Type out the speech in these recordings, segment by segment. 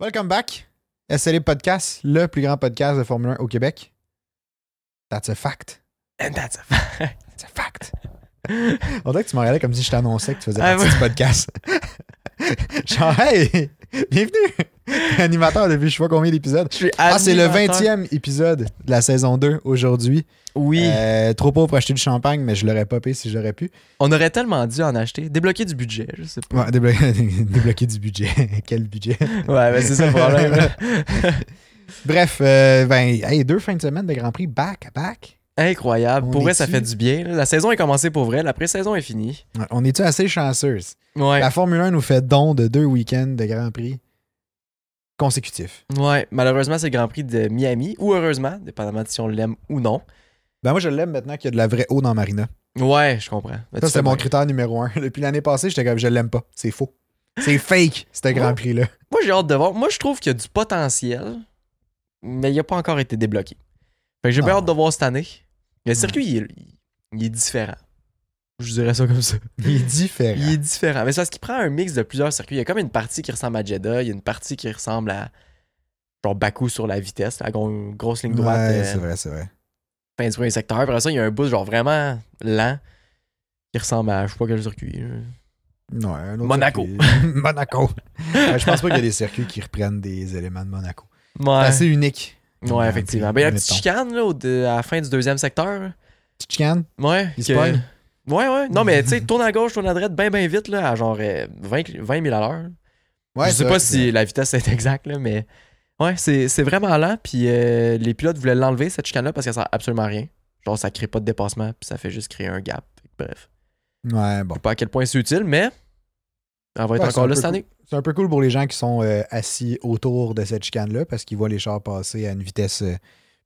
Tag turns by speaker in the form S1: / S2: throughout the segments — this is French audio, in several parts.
S1: Welcome back. SLE Podcast, le plus grand podcast de Formule 1 au Québec. That's a fact.
S2: And that's a fact.
S1: That's a fact. On dirait que tu me regardais comme si je t'annonçais que tu faisais
S2: Ah,
S1: partie du podcast. Genre, hey, bienvenue. T'es Animateur depuis je sais pas combien d'épisodes.
S2: Je suis
S1: Ah, c'est le
S2: animateur.
S1: 20e épisode de la saison 2 aujourd'hui.
S2: Oui.
S1: Euh, trop pauvre pour acheter du champagne, mais je l'aurais popé si j'aurais pu.
S2: On aurait tellement dû en acheter. Débloquer du budget, je sais pas.
S1: Ouais, déblo- débloquer du budget. Quel budget?
S2: Ouais, mais c'est ça le problème. là.
S1: Bref, euh, ben, hey, deux fins de semaine de Grand Prix back à back.
S2: Incroyable.
S1: On
S2: pour vrai,
S1: est
S2: ça
S1: dessus.
S2: fait du bien. là. La saison est commencée pour vrai. La pré-saison est finie.
S1: Ouais, On est-tu assez chanceuse?
S2: Ouais.
S1: La Formule 1 nous fait don de deux week-ends de Grand Prix consécutifs.
S2: Ouais. Malheureusement, c'est le Grand Prix de Miami. Ou heureusement, dépendamment de si on l'aime ou non.
S1: Ben moi, je l'aime maintenant qu'il y a de la vraie eau dans Marina.
S2: Ouais, je comprends. Mais
S1: Ça,
S2: Ben, tu fais
S1: c'était mon
S2: bien.
S1: critère numéro un. Depuis l'année passée, j'étais comme, je l'aime pas. C'est faux. C'est fake, ce
S2: Oh.
S1: Grand Prix-là.
S2: Moi, j'ai hâte de voir. Moi, je trouve qu'il y a du potentiel, mais il n'a pas encore été débloqué. Fait que j'ai bien
S1: Non.
S2: hâte de voir cette année. Le circuit, il, est- il est différent. Je dirais ça comme ça.
S1: Il est différent.
S2: Il est différent. Mais c'est parce qu'il prend un mix de plusieurs circuits. Il y a comme une partie qui ressemble à Jeddah, il y a une partie qui ressemble à genre Baku sur la vitesse, la gro- grosse ligne droite,
S1: Ouais,
S2: euh,
S1: c'est vrai, c'est vrai.
S2: fin du premier secteur. Après ça, il y a un bout genre vraiment lent qui ressemble à je sais pas quel circuit. là.
S1: Ouais, un autre
S2: Monaco.
S1: circuit. Monaco. Ouais, je pense pas qu'il y a des circuits qui reprennent des éléments de Monaco. C'est assez unique.
S2: Ouais, effectivement. Ben, il y a la petite
S1: Mettons.
S2: chicane là, au de- à la fin du deuxième secteur.
S1: Petite chicane,
S2: Ouais.
S1: il se
S2: que-
S1: pogne.
S2: Ouais, ouais. Non, mais tu sais, tourne à gauche, tourne à droite, bien, bien vite, là, à genre euh, 20, 20 000 à l'heure.
S1: Ouais,
S2: je sais
S1: ça,
S2: pas
S1: c'est-
S2: si la vitesse est exacte, là, mais ouais, c'est c'est vraiment lent. Puis euh, les pilotes voulaient l'enlever, cette chicane-là, parce que ça sert absolument à rien. Genre, ça crée pas de dépassement, puis ça fait juste créer un gap. Bref.
S1: Ouais, bon.
S2: Je sais pas à quel point c'est utile, mais elle va être
S1: Ouais, c'est un
S2: encore là
S1: peu
S2: cette année.
S1: C'est un peu cool pour les gens qui sont euh, assis autour de cette chicane-là parce qu'ils voient les chars passer à une vitesse euh,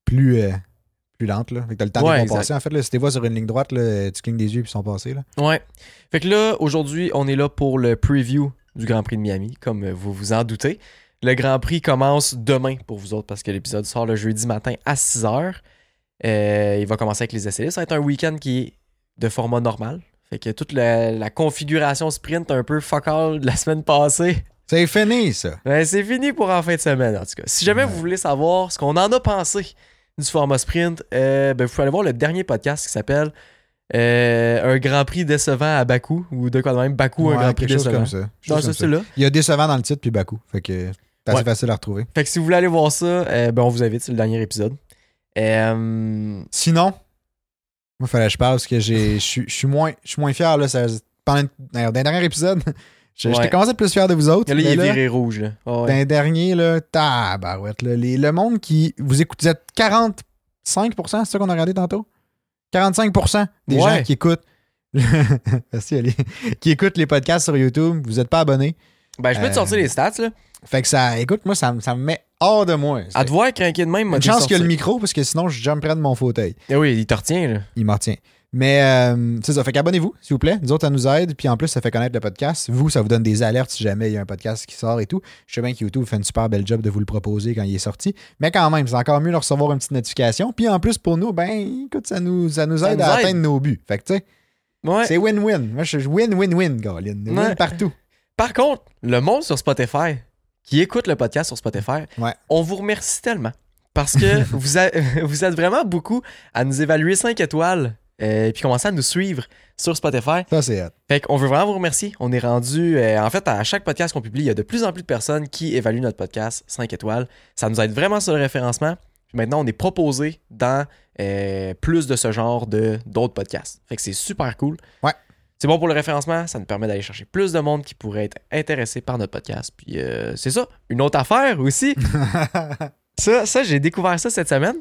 S1: plus, euh, plus lente. Là. Fait que t'as le temps
S2: Ouais,
S1: de les
S2: exact.
S1: passer. En fait, là, si tu vois sur une ligne droite, là, tu clignes des yeux et ils sont passés. Là.
S2: Ouais. Fait que là, aujourd'hui, on est là pour le preview du Grand Prix de Miami, comme euh, vous vous en doutez. Le Grand Prix commence demain pour vous autres parce que l'épisode sort le jeudi matin à 6h. Euh, il va commencer avec les essais. libres. Ça va être un week-end qui est de format normal. Fait que toute la, la configuration sprint un peu focale de la semaine passée,
S1: C'est fini, ça.
S2: ben, c'est fini pour en fin de semaine en tout cas. Si jamais
S1: Ouais.
S2: vous voulez savoir ce qu'on en a pensé du format sprint, euh, ben, vous pouvez aller voir le dernier podcast qui s'appelle euh, Un Grand Prix décevant à Bakou ou de quoi de même, Bakou,
S1: Ouais,
S2: un Grand Prix
S1: quelque chose
S2: décevant.
S1: comme ça. Quelque
S2: Dans
S1: chose
S2: ce
S1: comme ça.
S2: style-là.
S1: Il y a décevant dans le titre puis Bakou. Fait que c'est assez
S2: Ouais.
S1: facile à retrouver.
S2: Fait que si vous voulez aller voir ça, euh, ben, on vous invite, c'est le dernier épisode. Euh,
S1: Sinon, moi, fallait que je parle parce que j'ai- je suis- je suis moins, je suis moins fier. Là, ça- pendant dans le dernier épisode, je- j'étais
S2: Ouais.
S1: commencé à être plus fier de vous autres.
S2: là, il
S1: mais
S2: est
S1: là, ben,
S2: viré rouge. Là. Ah ouais.
S1: D'un dernier, là, tabarouette, là, les- le monde qui. Vous écoutez, vous êtes 45%, c'est ça qu'on a regardé tantôt? 45% des
S2: Ouais.
S1: gens qui écoutent. Merci, Ali. Qui écoutent les podcasts sur YouTube, vous n'êtes pas abonné.
S2: Ben, je peux te
S1: Euh,
S2: sortir les stats. Là.
S1: Fait que ça. Écoute, moi, ça, me- ça me met hors de moi.
S2: À te voir craquer de même, m'a
S1: Une
S2: dit
S1: chance qu'il y a le
S2: sortir.
S1: micro, parce que sinon, je jumperais de mon fauteuil.
S2: Eh oui, il te retient. Là.
S1: Il m'en retient. Mais euh, c'est ça. Fait qu'abonnez-vous, s'il vous plaît. Nous autres, ça nous aide. Puis en plus, ça fait connaître le podcast. Vous, ça vous donne des alertes si jamais il y a un podcast qui sort et tout. Je sais bien que YouTube fait une super belle job de vous le proposer quand il est sorti. Mais quand même, c'est encore mieux de recevoir une petite notification. Puis en plus, pour nous, ben, écoute, ça nous, ça nous
S2: Ça
S1: aide
S2: nous
S1: à
S2: aide.
S1: atteindre nos buts. Fait que, tu sais,
S2: Ouais.
S1: c'est win-win. Moi, je suis win-win-win, Colin. Win
S2: Ouais.
S1: partout.
S2: Par contre, le monde sur Spotify, qui écoute le podcast sur Spotify,
S1: Ouais.
S2: on vous remercie tellement. Parce que vous, a- vous êtes vraiment beaucoup à nous évaluer 5 étoiles euh, et puis commencer à nous suivre sur Spotify.
S1: Ça, c'est hot.
S2: Fait qu'on veut vraiment vous remercier. On est rendu. euh, en fait, à chaque podcast qu'on publie, il y a de plus en plus de personnes qui évaluent notre podcast 5 étoiles. Ça nous aide vraiment sur le référencement. Puis maintenant, on est proposé dans euh, plus de ce genre de d'autres podcasts. Fait que c'est super cool.
S1: Ouais.
S2: C'est bon pour le référencement. Ça nous permet d'aller chercher plus de monde qui pourrait être intéressé par notre podcast. Puis euh, c'est ça. Une autre affaire aussi. ça, ça j'ai découvert ça cette semaine.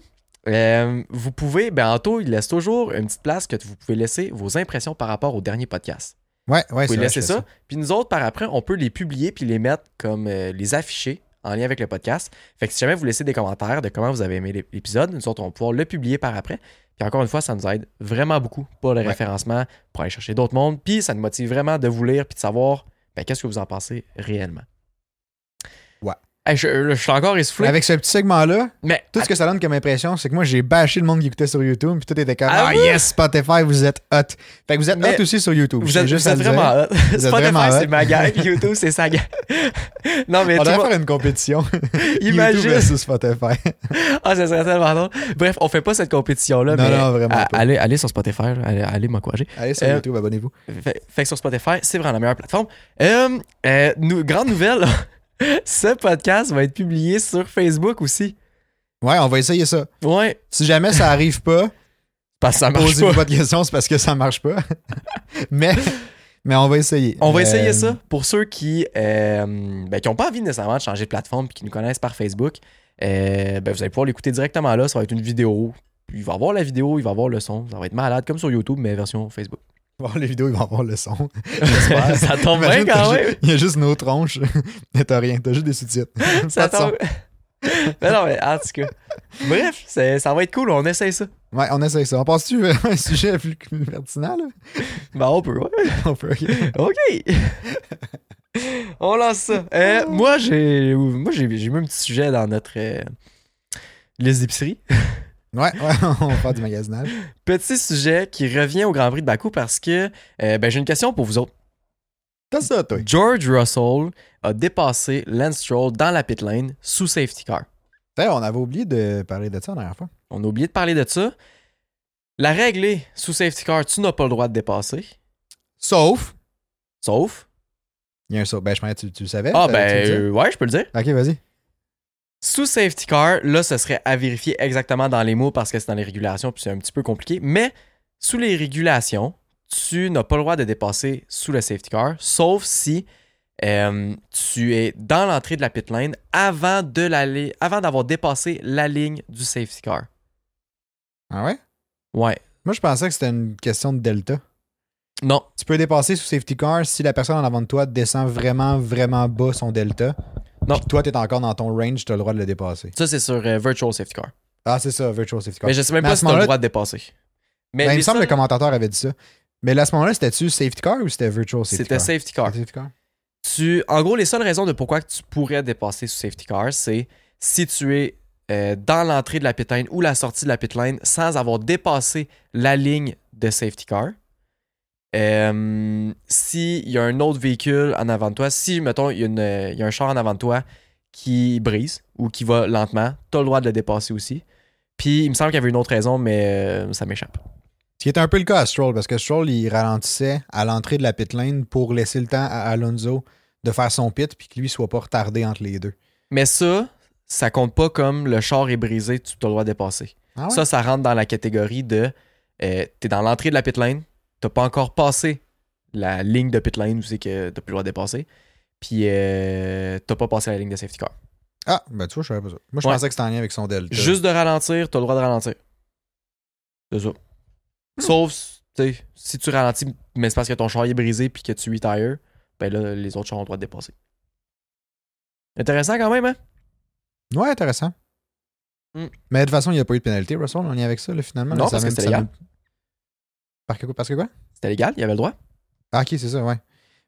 S2: Euh, vous pouvez, ben, Anto, il laisse toujours une petite place que vous pouvez laisser vos impressions par rapport au dernier podcast.
S1: Ouais, ouais,
S2: Vous
S1: c'est
S2: pouvez
S1: vrai, je
S2: laisser
S1: fais
S2: ça. Puis nous autres, par après, on peut les publier puis les mettre comme euh, les afficher en lien avec le podcast. Fait que si jamais vous laissez des commentaires de comment vous avez aimé l'ép- l'épisode, nous autres, on va pouvoir le publier par après. Puis encore une fois, ça nous aide vraiment beaucoup pour le
S1: Ouais.
S2: référencement, pour aller chercher d'autres mondes. Puis ça nous motive vraiment de vous lire puis de savoir ben, qu'est-ce que vous en pensez réellement.
S1: Ouais.
S2: Hey, je, là, je suis encore essoufflé.
S1: Avec ce petit segment-là,
S2: Mais
S1: tout ce que ça donne comme impression, c'est que moi, j'ai bâché le monde qui écoutait sur YouTube, puis tout était comme
S2: Ah
S1: Ah,
S2: oui?
S1: yes, Spotify, vous êtes hot. Fait que vous êtes
S2: Mais
S1: hot aussi sur YouTube.
S2: vous
S1: J'ai
S2: êtes, vous
S1: à
S2: êtes
S1: le dire.
S2: vraiment hot.
S1: êtes vraiment
S2: Spotify, c'est
S1: hot.
S2: ma gang. YouTube, c'est sa gang. non, mais
S1: On
S2: tout le
S1: devrait
S2: monde-
S1: faire une compétition. YouTube
S2: imagine.
S1: versus Spotify.
S2: Ah, ça serait tellement drôle. Bref, on fait pas cette compétition-là.
S1: Non,
S2: mais
S1: non, vraiment
S2: à-
S1: pas.
S2: Allez, allez sur Spotify, là. allez, allez m'encourager.
S1: Allez sur
S2: Euh,
S1: YouTube, abonnez-vous.
S2: Fait, fait que sur Spotify, c'est vraiment la meilleure plateforme. Euh, euh, nou- grande nouvelle, ce podcast va être publié sur Facebook aussi.
S1: Ouais, on va essayer ça.
S2: Ouais,
S1: Si jamais ça arrive pas,
S2: parce que ça marche
S1: posez-vous
S2: pas.
S1: pas de questions, c'est parce que ça marche pas. mais, mais on va essayer.
S2: On va
S1: Euh,
S2: essayer ça pour ceux qui euh, ben, qui n'ont pas envie nécessairement de changer de plateforme et qui nous connaissent par Facebook. euh, ben, vous allez pouvoir l'écouter directement là. Ça va être une vidéo. Il va avoir la vidéo, il va avoir le son. Ça va être malade, comme sur YouTube, mais version Facebook.
S1: Bon, les vidéos, ils vont avoir le son. J'espère.
S2: ça tombe bien
S1: Imagine,
S2: ben, quand
S1: t'as
S2: même.
S1: ju- Il y a juste nos tronches. Mais t'as rien, t'as juste des sous-titres. Pas
S2: Ça
S1: de son.
S2: tombe. mais non, mais en tout cas. Bref, c'est- ça va être cool. On essaye ça.
S1: Ouais, on essaye ça. On passe-tu euh, à un sujet plus plus pertinent, là?
S2: Ben, on peut, ouais.
S1: On peut.
S2: OK. On lance ça. Euh, moi, j'ai moi j'ai j'ai mis un petit sujet dans notre euh, liste d'épicerie.
S1: Ouais, ouais, on va faire du magasinage.
S2: Petit sujet qui revient au Grand Prix de Bakou parce que euh, ben, j'ai une question pour vous autres.
S1: T'as ça, toi.
S2: George Russell a dépassé Lance Stroll dans la pit lane sous safety car.
S1: D'ailleurs, on avait oublié de parler de ça la dernière fois.
S2: On a oublié de parler de ça. La règle est, sous safety car, tu n'as pas le droit de dépasser.
S1: Sauf.
S2: Sauf.
S1: Il y a un sauf. Ben, je pensais que tu, tu le savais. t'as-
S2: Ah,
S1: tu
S2: ben,
S1: le disais.
S2: euh, ouais, je peux le dire.
S1: Ok, vas-y.
S2: Sous safety car, là, ce serait à vérifier exactement dans les mots parce que c'est dans les régulations puis c'est un petit peu compliqué. Mais sous les régulations, tu n'as pas le droit de dépasser sous le safety car, sauf si euh, tu es dans l'entrée de la pit lane avant de l'allée- avant d'avoir dépassé la ligne du safety car.
S1: Ah ouais?
S2: Ouais.
S1: Moi, je pensais que c'était une question de delta.
S2: Non.
S1: Tu peux dépasser sous safety car si la personne en avant de toi descend vraiment, vraiment bas son delta.
S2: Non.
S1: Puis toi, t'es encore dans ton range, t'as le droit de le dépasser.
S2: Ça, c'est sur euh, virtual safety car.
S1: Ah, c'est ça, virtual safety car.
S2: Mais je sais même
S1: Mais à
S2: pas
S1: ce
S2: si tu as le
S1: moment-là-
S2: droit de dépasser. Mais
S1: Ben, il
S2: les
S1: me semble que le
S2: seuls-
S1: commentateur avait dit ça. Mais là, à ce moment-là, c'était-tu safety car ou c'était virtual safety
S2: c'était
S1: car?
S2: safety car.
S1: Safety car.
S2: tu, en gros, les seules raisons de pourquoi que tu pourrais dépasser sous safety car, c'est si tu es euh, dans l'entrée de la pit lane ou la sortie de la pit lane sans avoir dépassé la ligne de safety car. Euh, S'il y a un autre véhicule en avant de toi, si, mettons, il y, a une- euh, il y a un char en avant de toi qui brise ou qui va lentement, tu as le droit de le dépasser aussi. Puis, il me semble qu'il y avait une autre raison, mais euh, ça m'échappe.
S1: Ce qui était un peu le cas à Stroll, parce que Stroll, il ralentissait à l'entrée de la pit lane pour laisser le temps à Alonso de faire son pit puis que lui soit pas retardé entre les deux.
S2: Mais ça, ça compte pas comme le char est brisé, tu as le droit de dépasser.
S1: Ah ouais?
S2: Ça, ça rentre dans la catégorie de euh, t'es dans l'entrée de la pit lane, t'as pas encore passé la ligne de pit lane où c'est que t'as plus le droit de dépasser, puis euh, t'as pas passé la ligne de safety car.
S1: Ah, ben tu vois, je savais pas ça. Moi, je
S2: Ouais.
S1: pensais que c'était en lien avec son delta.
S2: Juste de ralentir, t'as le droit de ralentir. C'est ça.
S1: Hmm.
S2: Sauf tu sais, si tu ralentis, mais c'est parce que ton char est brisé puis que tu retires, ben là, les autres chars ont le droit de dépasser. Intéressant quand même, hein?
S1: Ouais, intéressant.
S2: Mm.
S1: Mais de toute façon, il n'y a pas eu de pénalité, Russell, en lien avec ça, là, finalement.
S2: Non,
S1: Ça
S2: parce que
S1: même-
S2: c'était
S1: ça
S2: légal.
S1: même- Parce que quoi? Parce que quoi?
S2: C'était légal, il y avait le droit.
S1: Ah, ok, c'est ça, ouais.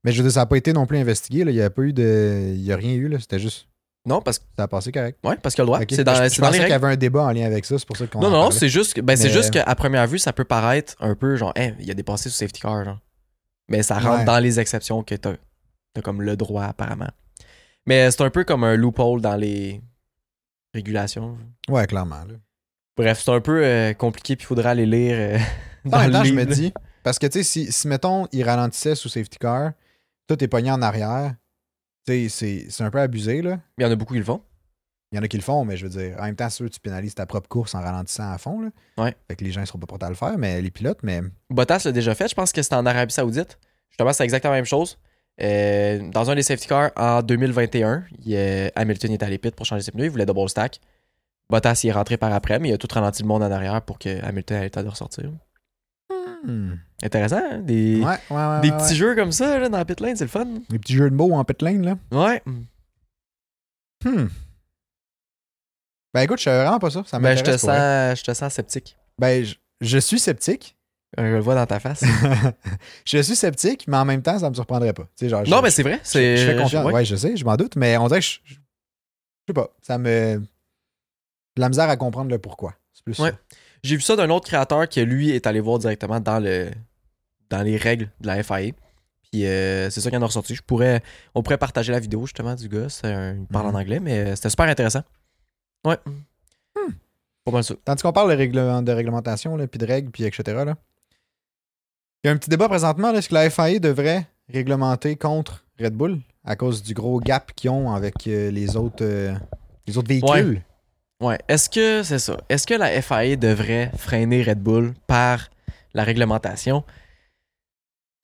S1: Mais je veux dire, ça n'a pas été non plus investigué, là. Il n'y a pas eu de. Il n'y a rien eu, là. C'était juste.
S2: Non, parce,
S1: Ça a passé correct.
S2: ouais, parce qu'il y a le droit.
S1: Ok.
S2: C'est dans,
S1: je je
S2: c'est dans
S1: pensais
S2: les
S1: qu'il
S2: règles.
S1: y avait un débat en lien avec ça, c'est pour ça qu'on.
S2: Non,
S1: en
S2: non, non,
S1: parlait.
S2: c'est juste, que- ben, c'est
S1: Mais- euh,
S2: juste qu'à première vue, ça peut paraître un peu genre, Hein, il a dépassé sous safety car. genre. Mais ça rentre
S1: Ouais.
S2: dans les exceptions que t'as. T'as comme le droit, apparemment. Mais euh, c'est un peu comme un loophole dans les régulations.
S1: Ouais, clairement, là.
S2: Bref, c'est un peu euh, compliqué, puis il faudra aller lire. euh,
S1: En
S2: dans
S1: même temps,
S2: le
S1: Ah, je me
S2: livre.
S1: dis, parce que tu sais, si, si, mettons, il ralentissait sous safety car, tout est pogné en arrière, tu sais, c'est- c'est un peu abusé, là.
S2: Il y en a beaucoup qui le font.
S1: Il y en a qui le font, mais je veux dire, en même temps, sûr, tu pénalises ta propre course en ralentissant à fond, là.
S2: Ouais.
S1: Fait que les gens ne seront pas prêts à le faire, mais les pilotes, mais.
S2: Bottas l'a déjà fait, je pense que c'était en Arabie Saoudite. Justement, c'est exactement la même chose. Euh, dans un des safety cars en 2021, il, euh, Hamilton est allé pit pour changer ses pneus, il voulait double stack. Bottas y est rentré par après, mais il a tout ralenti le monde en arrière pour que Hamilton ait le temps de ressortir.
S1: hmm.
S2: Intéressant, hein? Des,
S1: Ouais, ouais, ouais.
S2: des
S1: ouais,
S2: petits
S1: ouais.
S2: jeux comme ça là, dans la pit lane, c'est le fun. Mm.
S1: Les petits jeux de mots en pit lane, là.
S2: Ouais.
S1: Hmm. Ben écoute, je savais vraiment pas ça. Ça
S2: Ben, je, te
S1: m'intéresse pour vrai.
S2: sens, je te sens sceptique.
S1: Ben, je- je suis sceptique.
S2: Euh, Je le vois dans ta face.
S1: je suis sceptique, mais en même temps, ça me surprendrait pas. Tu sais, genre, je-
S2: non, mais c'est vrai.
S1: je,
S2: c'est
S1: je fais confiance.
S2: ouais.
S1: Ouais, je sais, je m'en doute, mais on dirait que je, je- sais pas, ça me. de la misère à comprendre le pourquoi. C'est plus
S2: Ouais.
S1: ça.
S2: J'ai vu ça d'un autre créateur qui, lui, est allé voir directement dans, le, dans les règles de la FIA. Puis euh, c'est ça qu'il en a ressorti. Je pourrais, on pourrait partager la vidéo justement du gars. C'est un- il parle
S1: Mhm.
S2: en anglais, mais euh, c'était super intéressant. Ouais. Pas mal ça.
S1: Tandis qu'on parle de, règlement, de réglementation, là, puis de règles, puis etc. là. Il y a un petit débat présentement, là, est-ce que la FAI devrait réglementer contre Red Bull à cause du gros gap qu'ils ont avec euh, les autres euh, les autres véhicules?
S2: Ouais. Est-ce que c'est ça? Est-ce que la FIA devrait freiner Red Bull par la réglementation?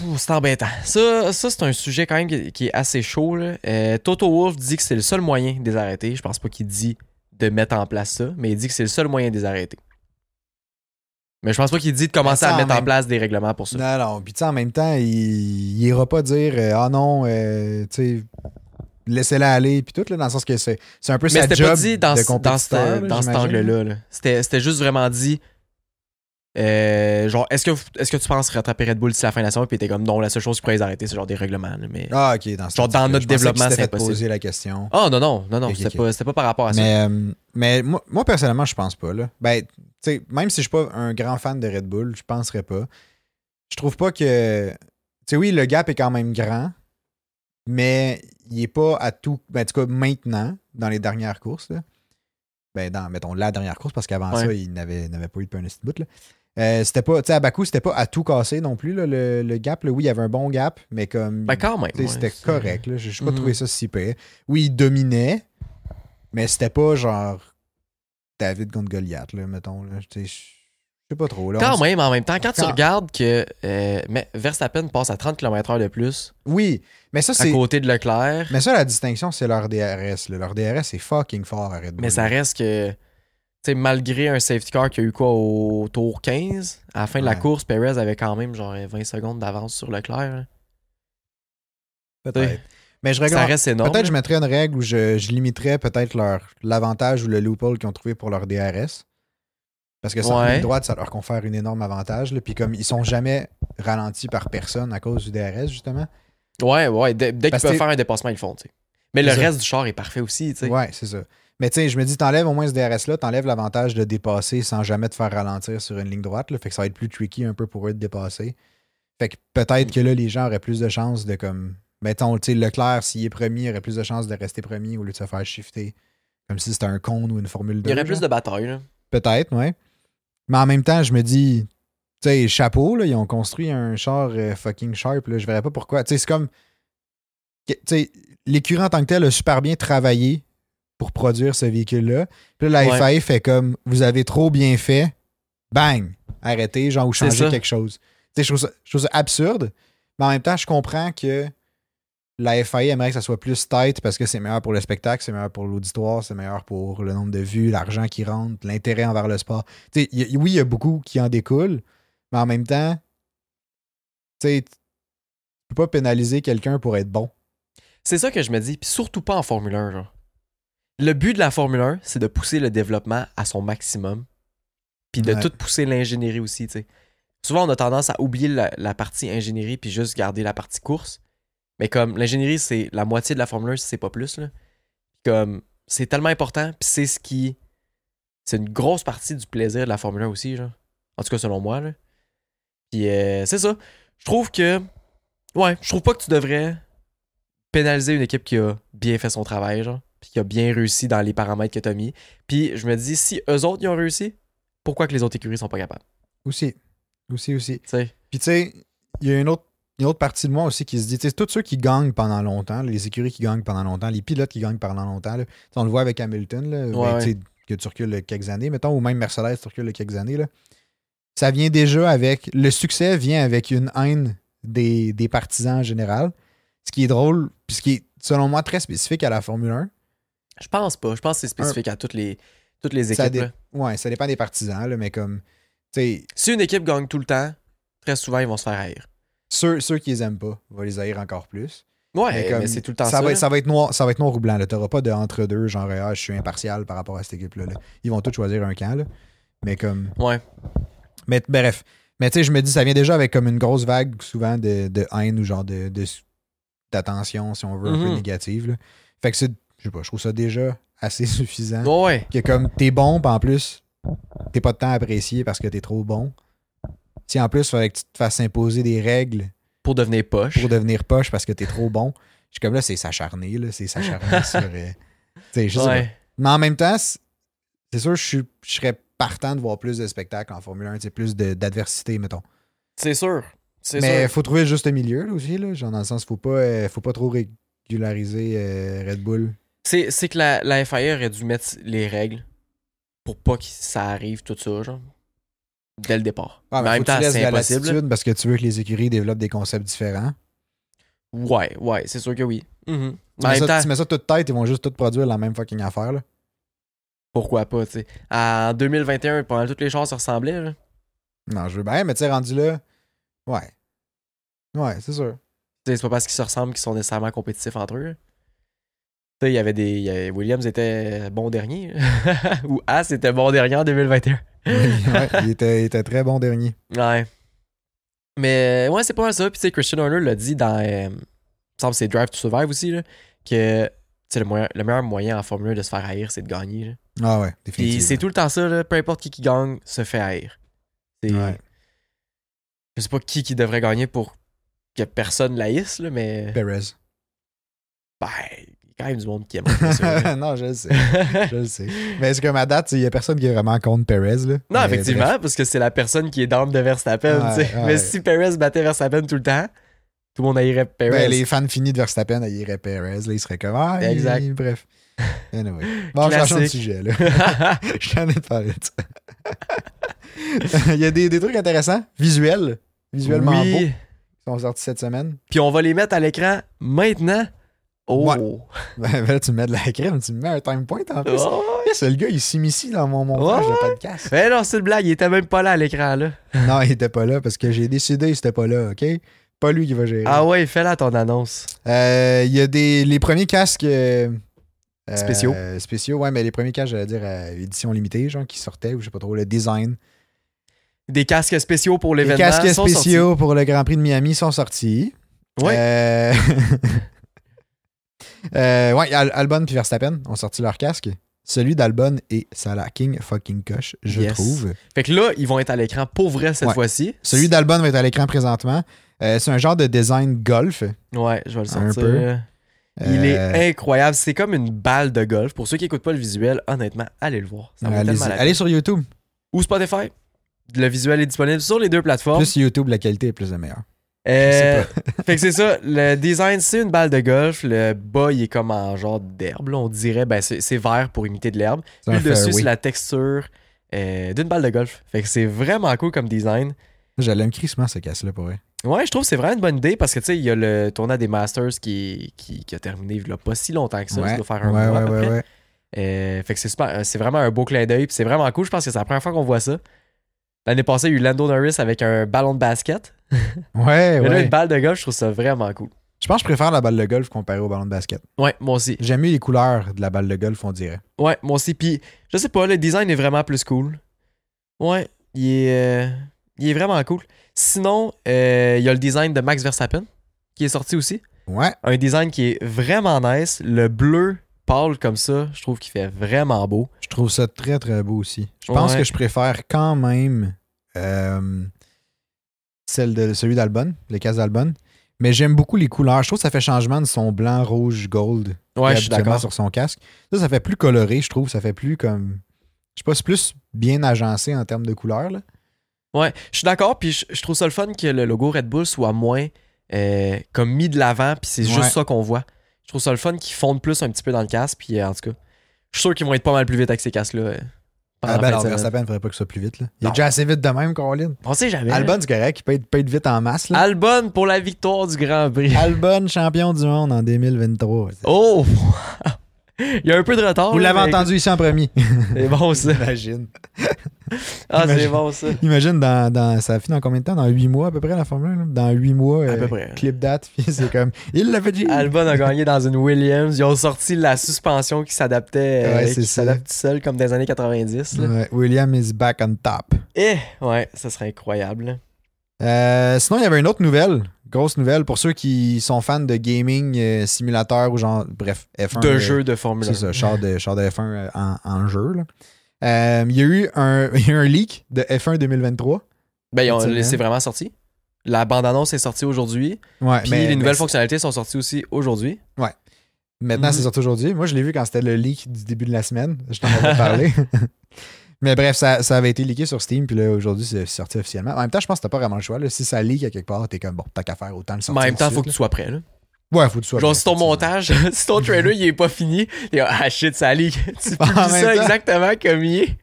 S2: Ouh, C'est embêtant. Ça, ça c'est un sujet quand même qui, qui est assez chaud. là. Euh, Toto Wolff dit que c'est le seul moyen de les arrêter. Je pense pas qu'il dit de mettre en place ça, mais il dit que c'est le seul moyen de les arrêter. Mais je pense pas qu'il dit de commencer
S1: Mais ça,
S2: à
S1: en
S2: mettre en
S1: même-
S2: place des règlements pour ça.
S1: Non, non. Puis, tu sais, en même temps, il il ira pas dire euh, Ah non, euh, tu sais, laissez-la aller, puis tout, là, dans le sens que c'est c'est un peu
S2: Mais
S1: sa
S2: c'était
S1: job
S2: pas dit dans,
S1: de
S2: ce- dans
S1: compétiteur,
S2: ce-
S1: là,
S2: dans cet
S1: j'imagine.
S2: angle-là. là. C'était c'était juste vraiment dit. euh, genre, est-ce que, est que tu penses rattraper Red Bull d'ici la fin de la saison? Puis t'es comme, non, la seule chose qui pourrait les arrêter, c'est genre des règlements. là, mais... ah.
S1: Ah, ok, dans ce
S2: Genre, dans
S1: sens-là.
S2: notre
S1: Je pensais qu'il
S2: développement,
S1: s'était
S2: c'est
S1: fait
S2: impossible.
S1: poser la question.
S2: Ah, non, non, non, non,
S1: Ok,
S2: c'était
S1: ok,
S2: pas, c'était pas par rapport à ça.
S1: Mais, euh, mais moi, moi, personnellement, je pense pas. Là. Ben, tu sais, même si je suis pas un grand fan de Red Bull, je penserais pas. Je trouve pas que. Tu sais, oui, le gap est quand même grand, mais il est pas à tout. Ben, en tout cas, maintenant, dans les dernières courses, là. ben, dans, mettons, la dernière course, parce qu'avant
S2: Ouais.
S1: ça, il n'avait n'avait pas eu de un petit bout, là. Euh, c'était pas, tu sais, à Bakou, c'était pas à tout casser non plus, là, le, le gap. Là. Oui, il y avait un bon gap, mais comme.
S2: Ben, quand même.
S1: Tu sais,
S2: ouais,
S1: c'était
S2: c'est-
S1: correct. là. J'ai j'ai pas
S2: Mhm.
S1: trouvé ça si pire. Oui, il dominait, mais c'était pas genre David contre Goliath, là, mettons. là. Tu sais, Je je sais pas trop. Là,
S2: Quand
S1: On-
S2: même, en même temps, quand tu
S1: Quand-
S2: regardes que euh, mais Verstappen passe à 30 km/h de plus
S1: Oui, mais ça,
S2: à
S1: c'est.
S2: côté de Leclerc, mais,
S1: Mais ça, la distinction, c'est leur DRS. là. Leur DRS est fucking fort à Red Bull.
S2: ça reste que, tu sais, malgré un safety car qui a eu quoi au tour 15, à la fin de la
S1: Ouais.
S2: course, Perez avait quand même genre 20 secondes d'avance sur Leclerc. hein. là.
S1: Peut-être. Mais je
S2: Ça
S1: règle-
S2: reste énorme.
S1: Peut-être je mettrais une règle où je, je limiterais peut-être leur l'avantage ou le loophole qu'ils ont trouvé pour leur DRS. Parce que sans
S2: Ouais.
S1: ligne droite, ça leur confère un énorme avantage. là. Puis comme ils sont jamais ralentis par personne à cause du DRS, justement.
S2: Ouais, ouais. Dès, dès qu'ils
S1: Parce
S2: peuvent
S1: que-
S2: faire un dépassement, ils le font, tu sais. Mais le
S1: C'est ça.
S2: reste du char est parfait aussi, tu sais.
S1: Ouais, c'est ça. Mais tu sais, je me dis, t'enlèves au moins ce DRS-là, t'enlèves l'avantage de dépasser sans jamais te faire ralentir sur une ligne droite. là. Fait que ça va être plus tricky un peu pour eux de dépasser. Fait que peut-être que là, les gens auraient plus de chances de comme. Mettons, tu sais, Leclerc, s'il est premier, il aurait plus de chances de rester premier au lieu de se faire shifter. Comme si c'était un con ou une Formule 2.
S2: Il y aurait
S1: genre.
S2: plus de batailles, là.
S1: Peut-être, ouais. Mais en même temps, je me dis, tu sais, chapeau, là, ils ont construit un char euh, fucking sharp, là, je verrais pas pourquoi. Tu sais, c'est comme. que- Tu sais, l'écurie en tant que tel a super bien travaillé pour produire ce véhicule-là. Puis là, la
S2: Ouais.
S1: FAI fait comme, vous avez trop bien fait, bang, arrêtez, genre, ou
S2: C'est
S1: changez
S2: ça.
S1: quelque chose. Tu sais, je trouve ça- je trouve ça absurde, mais en même temps, je comprends que la FAI aimerait que ça soit plus tight parce que c'est meilleur pour le spectacle, c'est meilleur pour l'auditoire, c'est meilleur pour le nombre de vues, l'argent qui rentre, l'intérêt envers le sport. Tu sais, il y a- oui, il y a beaucoup qui en découle, mais en même temps, tu sais, tu peux pas pénaliser quelqu'un pour être bon.
S2: C'est ça que je me dis. Puis surtout pas en Formule 1, genre. Le but de la Formule 1, c'est de pousser le développement à son maximum. Puis de
S1: Ouais.
S2: tout pousser l'ingénierie aussi, tu sais. Souvent, on a tendance à oublier la, la partie ingénierie puis juste garder la partie course. Mais comme l'ingénierie, c'est la moitié de la Formule 1, si c'est pas plus, là. Comme, c'est tellement important. Puis c'est ce qui. C'est une grosse partie du plaisir de la Formule 1 aussi, genre. En tout cas, selon moi, là. Puis euh, c'est ça. Je trouve que. Ouais, je trouve pas que tu devrais pénaliser une équipe qui a bien fait son travail, genre, puis qui a bien réussi dans les paramètres que t'as mis. Puis je me dis, si eux autres, ils ont réussi, pourquoi que les autres écuries sont pas capables?
S1: Aussi, aussi, aussi.
S2: Tu sais,
S1: Puis tu sais, il y a une autre, une autre partie de moi aussi qui se dit, tu sais, tous ceux qui gagnent pendant longtemps, les écuries qui gagnent pendant longtemps, les pilotes qui gagnent pendant longtemps, là, Tu sais, on le voit avec Hamilton, là, ben,
S2: ouais.
S1: tu sais, que tu recules quelques années, mettons, ou même Mercedes, tu recules quelques années, là, ça vient déjà avec, le succès vient avec une haine des, des partisans en général, ce qui est drôle, puis ce qui est, selon moi, très spécifique à la Formule 1.
S2: je pense pas. Je pense que c'est spécifique à toutes les, toutes les
S1: Ça
S2: équipes.
S1: dé-
S2: là.
S1: Ouais, ça dépend des partisans, là, mais comme, tu sais,
S2: Si une équipe gagne tout le temps, très souvent, ils vont se faire haïr.
S1: ceux, ceux qui les aiment pas, on va les haïr encore plus.
S2: Ouais,
S1: Mais
S2: mais,
S1: comme,
S2: c'est tout le temps ça.
S1: va,
S2: là.
S1: être- ça va être noir, ça va être noir ou blanc. là. T'auras pas de entre deux, genre ah, je suis impartial par rapport à cette équipe-là. là. Ils vont tous choisir un camp, là. Mais comme.
S2: Ouais.
S1: Mais t- bref. Mais tu sais, je me dis, ça vient déjà avec comme une grosse vague souvent de, de haine ou genre de de- d'attention, si on veut, un peu
S2: Mhm.
S1: négative. là. Fait que c'est. Je sais pas, je trouve ça déjà assez suffisant.
S2: Ouais, ouais.
S1: Que comme t'es bon, puis en plus, t'es pas de temps apprécié parce que t'es trop bon. Si en plus, il fallait que tu te fasses imposer des règles
S2: Pour devenir poche.
S1: pour devenir poche parce que t'es trop bon, je suis comme là, c'est s'acharner, là, c'est s'acharner sur. euh, tu sais, je sais pas.
S2: ouais.
S1: Mais en même temps, c'est c'est sûr, je, suis- je serais partant de voir plus de spectacles en Formule 1, tu sais, plus de- d'adversité, mettons.
S2: C'est sûr. C'est
S1: Mais
S2: sûr.
S1: faut trouver le juste milieu là, aussi, là, genre dans le sens, faut pas, euh, faut pas trop régulariser euh, Red Bull.
S2: C'est, c'est que la, la FIA aurait dû mettre les règles pour pas que ça arrive tout ça, genre. Dès le départ.
S1: Ah,
S2: mais en
S1: faut
S2: même
S1: que tu
S2: temps,
S1: laisses
S2: c'est
S1: de la
S2: impossible.
S1: latitude parce que tu veux que les écuries développent des concepts différents.
S2: Ouais, ouais, c'est sûr que oui. Mhm.
S1: Tu
S2: En
S1: mets, ça,
S2: même temps,
S1: tu mets ça toute tête, ils vont juste tout produire la même fucking affaire. Là.
S2: pourquoi pas, tu sais. En 2021, pendant toutes les choses se ressemblaient, là.
S1: Non, je veux bien, mais tu sais, rendu là, ouais. Ouais, c'est sûr.
S2: Tu sais, C'est pas parce qu'ils se ressemblent qu'ils sont nécessairement compétitifs entre eux. Tu sais, il y avait des. il y avait- Williams était bon dernier. Ou As était bon dernier en 2021.
S1: Ouais, il, était, il était très bon dernier.
S2: Ouais. Mais ouais, c'est pas mal ça. Puis tu sais, Christian Horner l'a dit dans. euh, il me semble que c'est Drive to Survive aussi, là, que tu sais, le, moyen- le meilleur moyen en Formule 1 de se faire haïr, c'est de gagner. là.
S1: Ah ouais,
S2: Puis c'est
S1: définitivement.
S2: tout le temps ça, là, peu importe qui qui gagne, se fait haïr. C'est-
S1: Ouais.
S2: Je sais pas qui qui devrait gagner pour que personne l'haïsse, là, mais.
S1: Perez.
S2: Ben, il y a quand même du monde qui aime pas ça. là.
S1: non, je le sais. Je le sais. Mais c'est comme à date, il n'y a personne qui est vraiment contre Perez. Là.
S2: non,
S1: Mais
S2: effectivement,
S1: bref.
S2: parce que c'est la personne qui est down de Verstappen.
S1: Ouais,
S2: tu sais.
S1: ouais.
S2: Mais si Perez battait Verstappen tout le temps, tout le monde haïrait Perez.
S1: Ben, les fans finis de Verstappen, ils iraient Perez. Là, ils seraient comme. Ah, il-
S2: Exact.
S1: il- bref. Anyway. Bon, je change de
S2: Classique.
S1: sujet. Là. je t'en ai parlé de ça. il y a des, des trucs intéressants, visuels, visuellement
S2: Oui.
S1: beaux, qui sont sortis cette semaine.
S2: Puis on va les mettre à l'écran maintenant. Oh!
S1: Ben, ben, tu me mets de la crème, tu me mets un time point en plus.
S2: Oh.
S1: C'est le gars, il s'immisce dans mon montage
S2: Ouais.
S1: de podcast.
S2: Ben non, c'est une blague, il était même pas là à l'écran, là.
S1: Non, il était pas là parce que j'ai décidé, il était pas là, OK? Pas lui qui va gérer.
S2: Ah ouais, fais-la ton annonce.
S1: Euh, Il y a des, les premiers casques. euh, euh,
S2: Spéciaux.
S1: spéciaux, ouais, mais les premiers casques, j'allais dire, euh, édition limitée, genre, qui sortaient, ou je sais pas trop, le design.
S2: Des casques spéciaux pour
S1: Les
S2: l'événement.
S1: casques
S2: sont sortis.
S1: spéciaux pour le Grand Prix de Miami sont sortis.
S2: Ouais.
S1: Euh, euh, ouais, Al- Albon puis Verstappen ont sorti leur casque. Celui d'Albon est Salah King fucking coche, je
S2: Yes.
S1: trouve.
S2: Fait que là, ils vont être à l'écran pour vrai cette
S1: Ouais.
S2: fois-ci.
S1: Celui d'Albon va être à l'écran présentement. Euh, c'est un genre de design golf.
S2: Ouais, je vais le
S1: Un
S2: sortir.
S1: peu.
S2: Il
S1: Euh,
S2: est incroyable. C'est comme une balle de golf. Pour ceux qui écoutent pas le visuel, honnêtement, allez le voir. Ça vaut
S1: allez,
S2: tellement la peine.
S1: allez sur YouTube.
S2: Ou Spotify. Le visuel est disponible sur les deux plateformes.
S1: Plus YouTube, la qualité est plus la meilleure.
S2: Euh, fait que c'est ça, le design, c'est une balle de golf. Le bas, il est comme en genre d'herbe. là. On dirait, ben, c'est c'est vert pour imiter de l'herbe.
S1: C'est
S2: Puis
S1: un
S2: le dessus,
S1: fairway.
S2: c'est la texture euh, d'une balle de golf. Fait que c'est vraiment cool comme design.
S1: Je l'aime crissement, ce casse-là, pour vrai.
S2: Ouais, je trouve que c'est vraiment une bonne idée parce que, tu sais, il y a le tournoi des Masters qui, qui, qui a terminé il y a pas si longtemps que ça. Ça doit faire un
S1: ouais,
S2: mois à
S1: ouais,
S2: peu
S1: ouais,
S2: près.
S1: ouais.
S2: Euh, fait que c'est super- euh, c'est vraiment un beau clin d'œil. Puis c'est vraiment cool. Je pense que c'est la première fois qu'on voit ça. L'année passée, il y a eu Lando Norris avec un ballon de basket.
S1: Ouais,
S2: Mais là,
S1: Eh ouais.
S2: une balle de golf, je trouve ça vraiment cool.
S1: Je pense que je préfère la balle de golf comparée au ballon de basket.
S2: Ouais, moi aussi.
S1: J'aime mieux les couleurs de la balle de golf, on dirait.
S2: Ouais, moi aussi. Puis, je sais pas, le design est vraiment plus cool. Ouais, il est, euh, il est vraiment cool. Sinon, euh, il y a le design de Max Verstappen qui est sorti aussi.
S1: Ouais,
S2: Un design qui est vraiment nice. Le bleu pâle comme ça, je trouve qu'il fait vraiment beau.
S1: je trouve ça très, très beau aussi. Je pense
S2: Ouais.
S1: que je préfère quand même euh, celle de, celui d'Albon, le casque d'Albon. Mais j'aime beaucoup les couleurs. Je trouve que ça fait changement de son blanc, rouge, gold.
S2: Ouais,
S1: qu'il y a
S2: je suis
S1: habituellement
S2: d'accord.
S1: sur son casque. Ça, ça fait plus coloré, je trouve. Ça fait plus comme. Je sais pas, c'est plus bien agencé en termes de couleurs. Là.
S2: Ouais, je suis d'accord. Puis, je, je trouve ça le fun que le logo Red Bull soit moins euh, comme mis de l'avant. Puis, c'est juste
S1: Ouais.
S2: ça qu'on voit. Je trouve ça le fun qu'ils fondent plus un petit peu dans le casque. Puis, euh, en tout cas, je suis sûr qu'ils vont être pas mal plus vite avec ces casques-là. euh, pendant
S1: Ah ben,
S2: la fin de
S1: alors,
S2: semaine.
S1: Verstappen, faudrait pas que ce soit plus vite. Là. Il est
S2: Non.
S1: déjà assez vite de même, Colin.
S2: On sait jamais.
S1: Albon, c'est correct, il peut être, peut être vite en masse. Là.
S2: Albon pour la victoire du Grand Prix.
S1: Albon, champion du monde en 2023.
S2: Oh! Il y a un peu de retard.
S1: Vous
S2: là,
S1: l'avez
S2: mais
S1: entendu ici en premier.
S2: C'est bon ça.
S1: Imagine.
S2: Ah, c'est
S1: Imagine. Euh,
S2: bon ça.
S1: Imagine, dans, dans- ça finit dans combien de temps Dans 8 mois à peu près, la Formule 1, là? Dans 8 mois,
S2: À peu
S1: euh,
S2: près.
S1: clip date, puis c'est comme. Il l'a fait, Jay.
S2: Albon a gagné dans une Williams. Ils ont sorti la suspension qui s'adaptait euh,
S1: Ouais, c'est
S2: qui
S1: ça.
S2: s'adapte tout seul comme des années 90. là.
S1: Ouais, William is back on top.
S2: Eh, ouais, ça serait incroyable.
S1: Euh, sinon, il y avait une autre nouvelle, grosse nouvelle, pour ceux qui sont fans de gaming euh, simulateur ou genre, bref, F1.
S2: de
S1: euh,
S2: jeu de Formule
S1: C'est
S2: 1.
S1: ça, char de, char de F1 en, en jeu. là. Euh, il, y a eu un, il y a eu un leak de F1 2023.
S2: Ben, ils ont-
S1: Cette
S2: c'est
S1: semaine.
S2: vraiment sorti. La bande-annonce est sortie aujourd'hui.
S1: Ouais, Ah,
S2: Puis
S1: mais-
S2: les nouvelles
S1: mais-
S2: fonctionnalités sont sorties aussi aujourd'hui.
S1: Maintenant,
S2: Mhm.
S1: c'est sorti aujourd'hui. Moi, je l'ai vu quand c'était le leak du début de la semaine. Je t'en avais parlé. Mais bref, ça, ça avait été leaké sur Steam, puis là, aujourd'hui, c'est sorti officiellement. En même temps, je pense que t'as pas vraiment le choix. là. Si ça leak à quelque part, t'es comme, bon, t'as qu'à faire autant le
S2: En
S1: sortir.
S2: même temps,
S1: tout de
S2: faut que tu
S1: suite,
S2: sois prêt. Là.
S1: là. Ouais, faut que tu sois
S2: Genre,
S1: prêt,
S2: si ton
S1: effectivement.
S2: montage, si ton trailer, il est pas fini, t'es comme, ah shit, ça leak. Tu
S1: En
S2: publies
S1: même
S2: ça
S1: temps.
S2: exactement comme il est.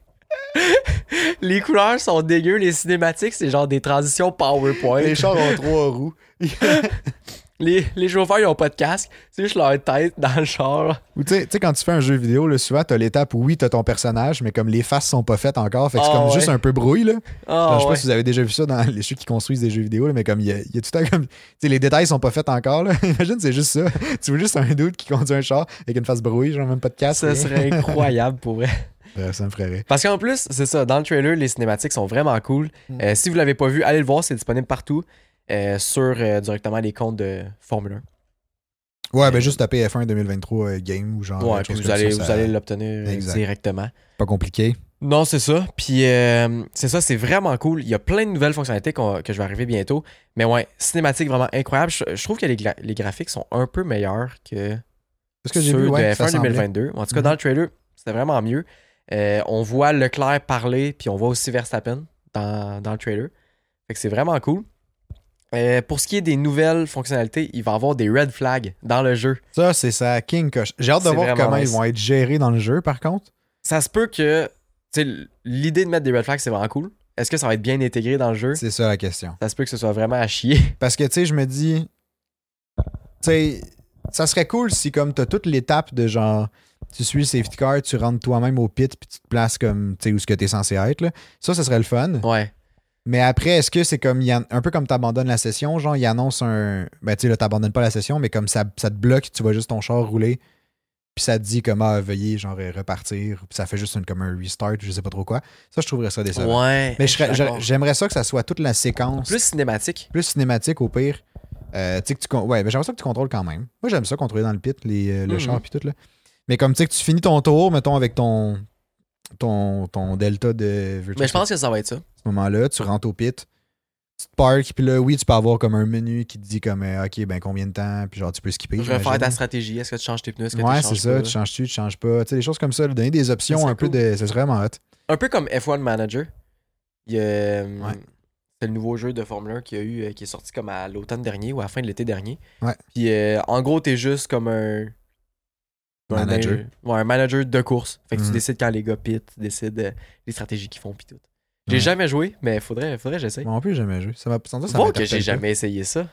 S2: les couleurs sont dégueu, les cinématiques, c'est genre des transitions PowerPoint.
S1: Les
S2: Les,
S1: chars ont trois roues.
S2: les chauffeurs, ils ont pas de casque. C'est juste leur tête dans le char.
S1: Ou tu sais- tu sais, quand tu fais un jeu vidéo, là, souvent, t'as l'étape où oui, t'as ton personnage, mais comme les faces sont pas faites encore, fait que c'est
S2: Ah,
S1: comme
S2: ouais.
S1: juste un peu brouille, là.
S2: Ah,
S1: Genre, je sais
S2: ouais.
S1: pas si vous avez déjà vu ça dans les ceux qui construisent des jeux vidéo, là, mais comme il y a, il y a tout le temps comme. Tu sais, les détails sont pas faits encore. Là. Imagine, c'est juste ça. Tu vois juste un doute qui conduit un char avec une face brouille, genre même pas de casque. hein.
S2: Ça
S1: rien.
S2: serait incroyable pour vrai.
S1: Euh, ça me ferait rire.
S2: Parce qu'en plus, c'est ça, dans le trailer, les cinématiques sont vraiment cool.
S1: Mm.
S2: Euh, si vous l'avez pas vu, allez le voir, c'est disponible partout. euh, sur euh, directement les comptes de Formule
S1: Ouais, ben juste taper F1 2023 euh, game ou genre.
S2: 1. Ouais,
S1: quelque
S2: puis
S1: chose
S2: vous
S1: comme
S2: allez,
S1: ça, ça-
S2: vous allez l'obtenir euh,
S1: Exact.
S2: directement.
S1: Pas compliqué.
S2: Non, c'est ça. Puis euh, c'est ça, c'est vraiment cool. Il y a plein de nouvelles fonctionnalités qu'on- que je vais arriver bientôt. Mais ouais, cinématique vraiment incroyable. Je, je trouve que les, gra- les graphiques sont un peu meilleurs que
S1: Parce que j'ai
S2: ceux
S1: vu, ouais,
S2: de
S1: ça
S2: F1
S1: semblait.
S2: 2022. En tout cas,
S1: Mhm.
S2: dans le trailer, c'était vraiment mieux. Euh, on voit Leclerc parler, puis on voit aussi Verstappen dans, dans le trailer. Fait que c'est vraiment cool. Euh, pour ce qui est des nouvelles fonctionnalités, il va y avoir des red flags dans le jeu.
S1: Ça, c'est ça, King Coche. J'ai hâte de
S2: C'est
S1: voir
S2: vraiment
S1: comment
S2: nice.
S1: ils vont être gérés dans le jeu, par contre.
S2: Ça se peut que tu sais, l'idée de mettre des red flags, c'est vraiment cool. Est-ce que ça va être bien intégré dans le jeu?
S1: C'est ça la question.
S2: Ça se peut que ce soit vraiment à chier.
S1: Parce que, tu sais, je me dis. Tu sais, ça serait cool si, comme, t'as toute l'étape de genre. Tu suis le safety car, tu rentres toi-même au pit, puis tu te places comme, tu sais, où ce que t'es censé être, là. Ça, ça serait le fun.
S2: Ouais.
S1: Mais après, est-ce que c'est comme. il y a- Un peu comme t'abandonnes la session, genre, il annonce un. Ben, tu sais, là, t'abandonnes pas la session, mais comme ça, ça te bloque, tu vois juste ton char rouler, puis ça te dit comment veuillez, genre, euh, repartir, puis ça fait juste une, comme un restart, je sais pas trop quoi. Ça, je trouverais ça décevant.
S2: ouais.
S1: mais je serais-
S2: suis
S1: j'a-
S2: d'accord.
S1: j'aimerais ça que ça soit toute la séquence
S2: Plus cinématique.
S1: plus cinématique au pire. Euh, tu sais que tu con- ouais, mais j'aimerais ça que tu contrôles quand même. Moi, j'aime ça contrôler dans le pit, les, euh, le
S2: Mhm.
S1: char puis tout. Là. Mais comme tu sais que tu finis ton tour, mettons, avec ton, ton, ton delta de virtual
S2: Mais je pense que ça va être ça.
S1: à ce moment-là, tu rentres au pit, tu te parques, puis là, oui, tu peux avoir comme un menu qui te dit comme euh, OK, ben combien de temps, puis genre tu peux skipper.
S2: Refaire
S1: j'imagine.
S2: ta stratégie. Est-ce que tu changes tes pneus? Est-ce que
S1: Ouais,
S2: tu
S1: c'est
S2: changes
S1: ça,
S2: pas?
S1: tu changes-tu, tu changes pas, tu sais, des choses comme ça, là, donner des options
S2: serait
S1: un peu
S2: cool.
S1: de. C'est vraiment hot.
S2: Un peu comme F1 Manager. Il y a, euh,
S1: Ouais.
S2: C'est le nouveau jeu de Formule 1 qu'il y a eu, euh, qui est sorti comme à l'automne dernier ou à la fin de l'été dernier.
S1: Ouais.
S2: Puis euh, en gros, t'es juste comme un. un
S1: Manager.
S2: ouais, un manager de course. Fait que
S1: Mhm.
S2: tu décides quand les gars pitent, tu décides euh, les stratégies qu'ils font, puis tout. J'ai
S1: Ouais.
S2: jamais joué, mais faudrait, faudrait que j'essaye.
S1: Moi non plus, j'ai jamais joué. Ça m'a sans dire, ça
S2: Bon, que
S1: m'interpelle
S2: j'ai
S1: pas.
S2: jamais essayé ça.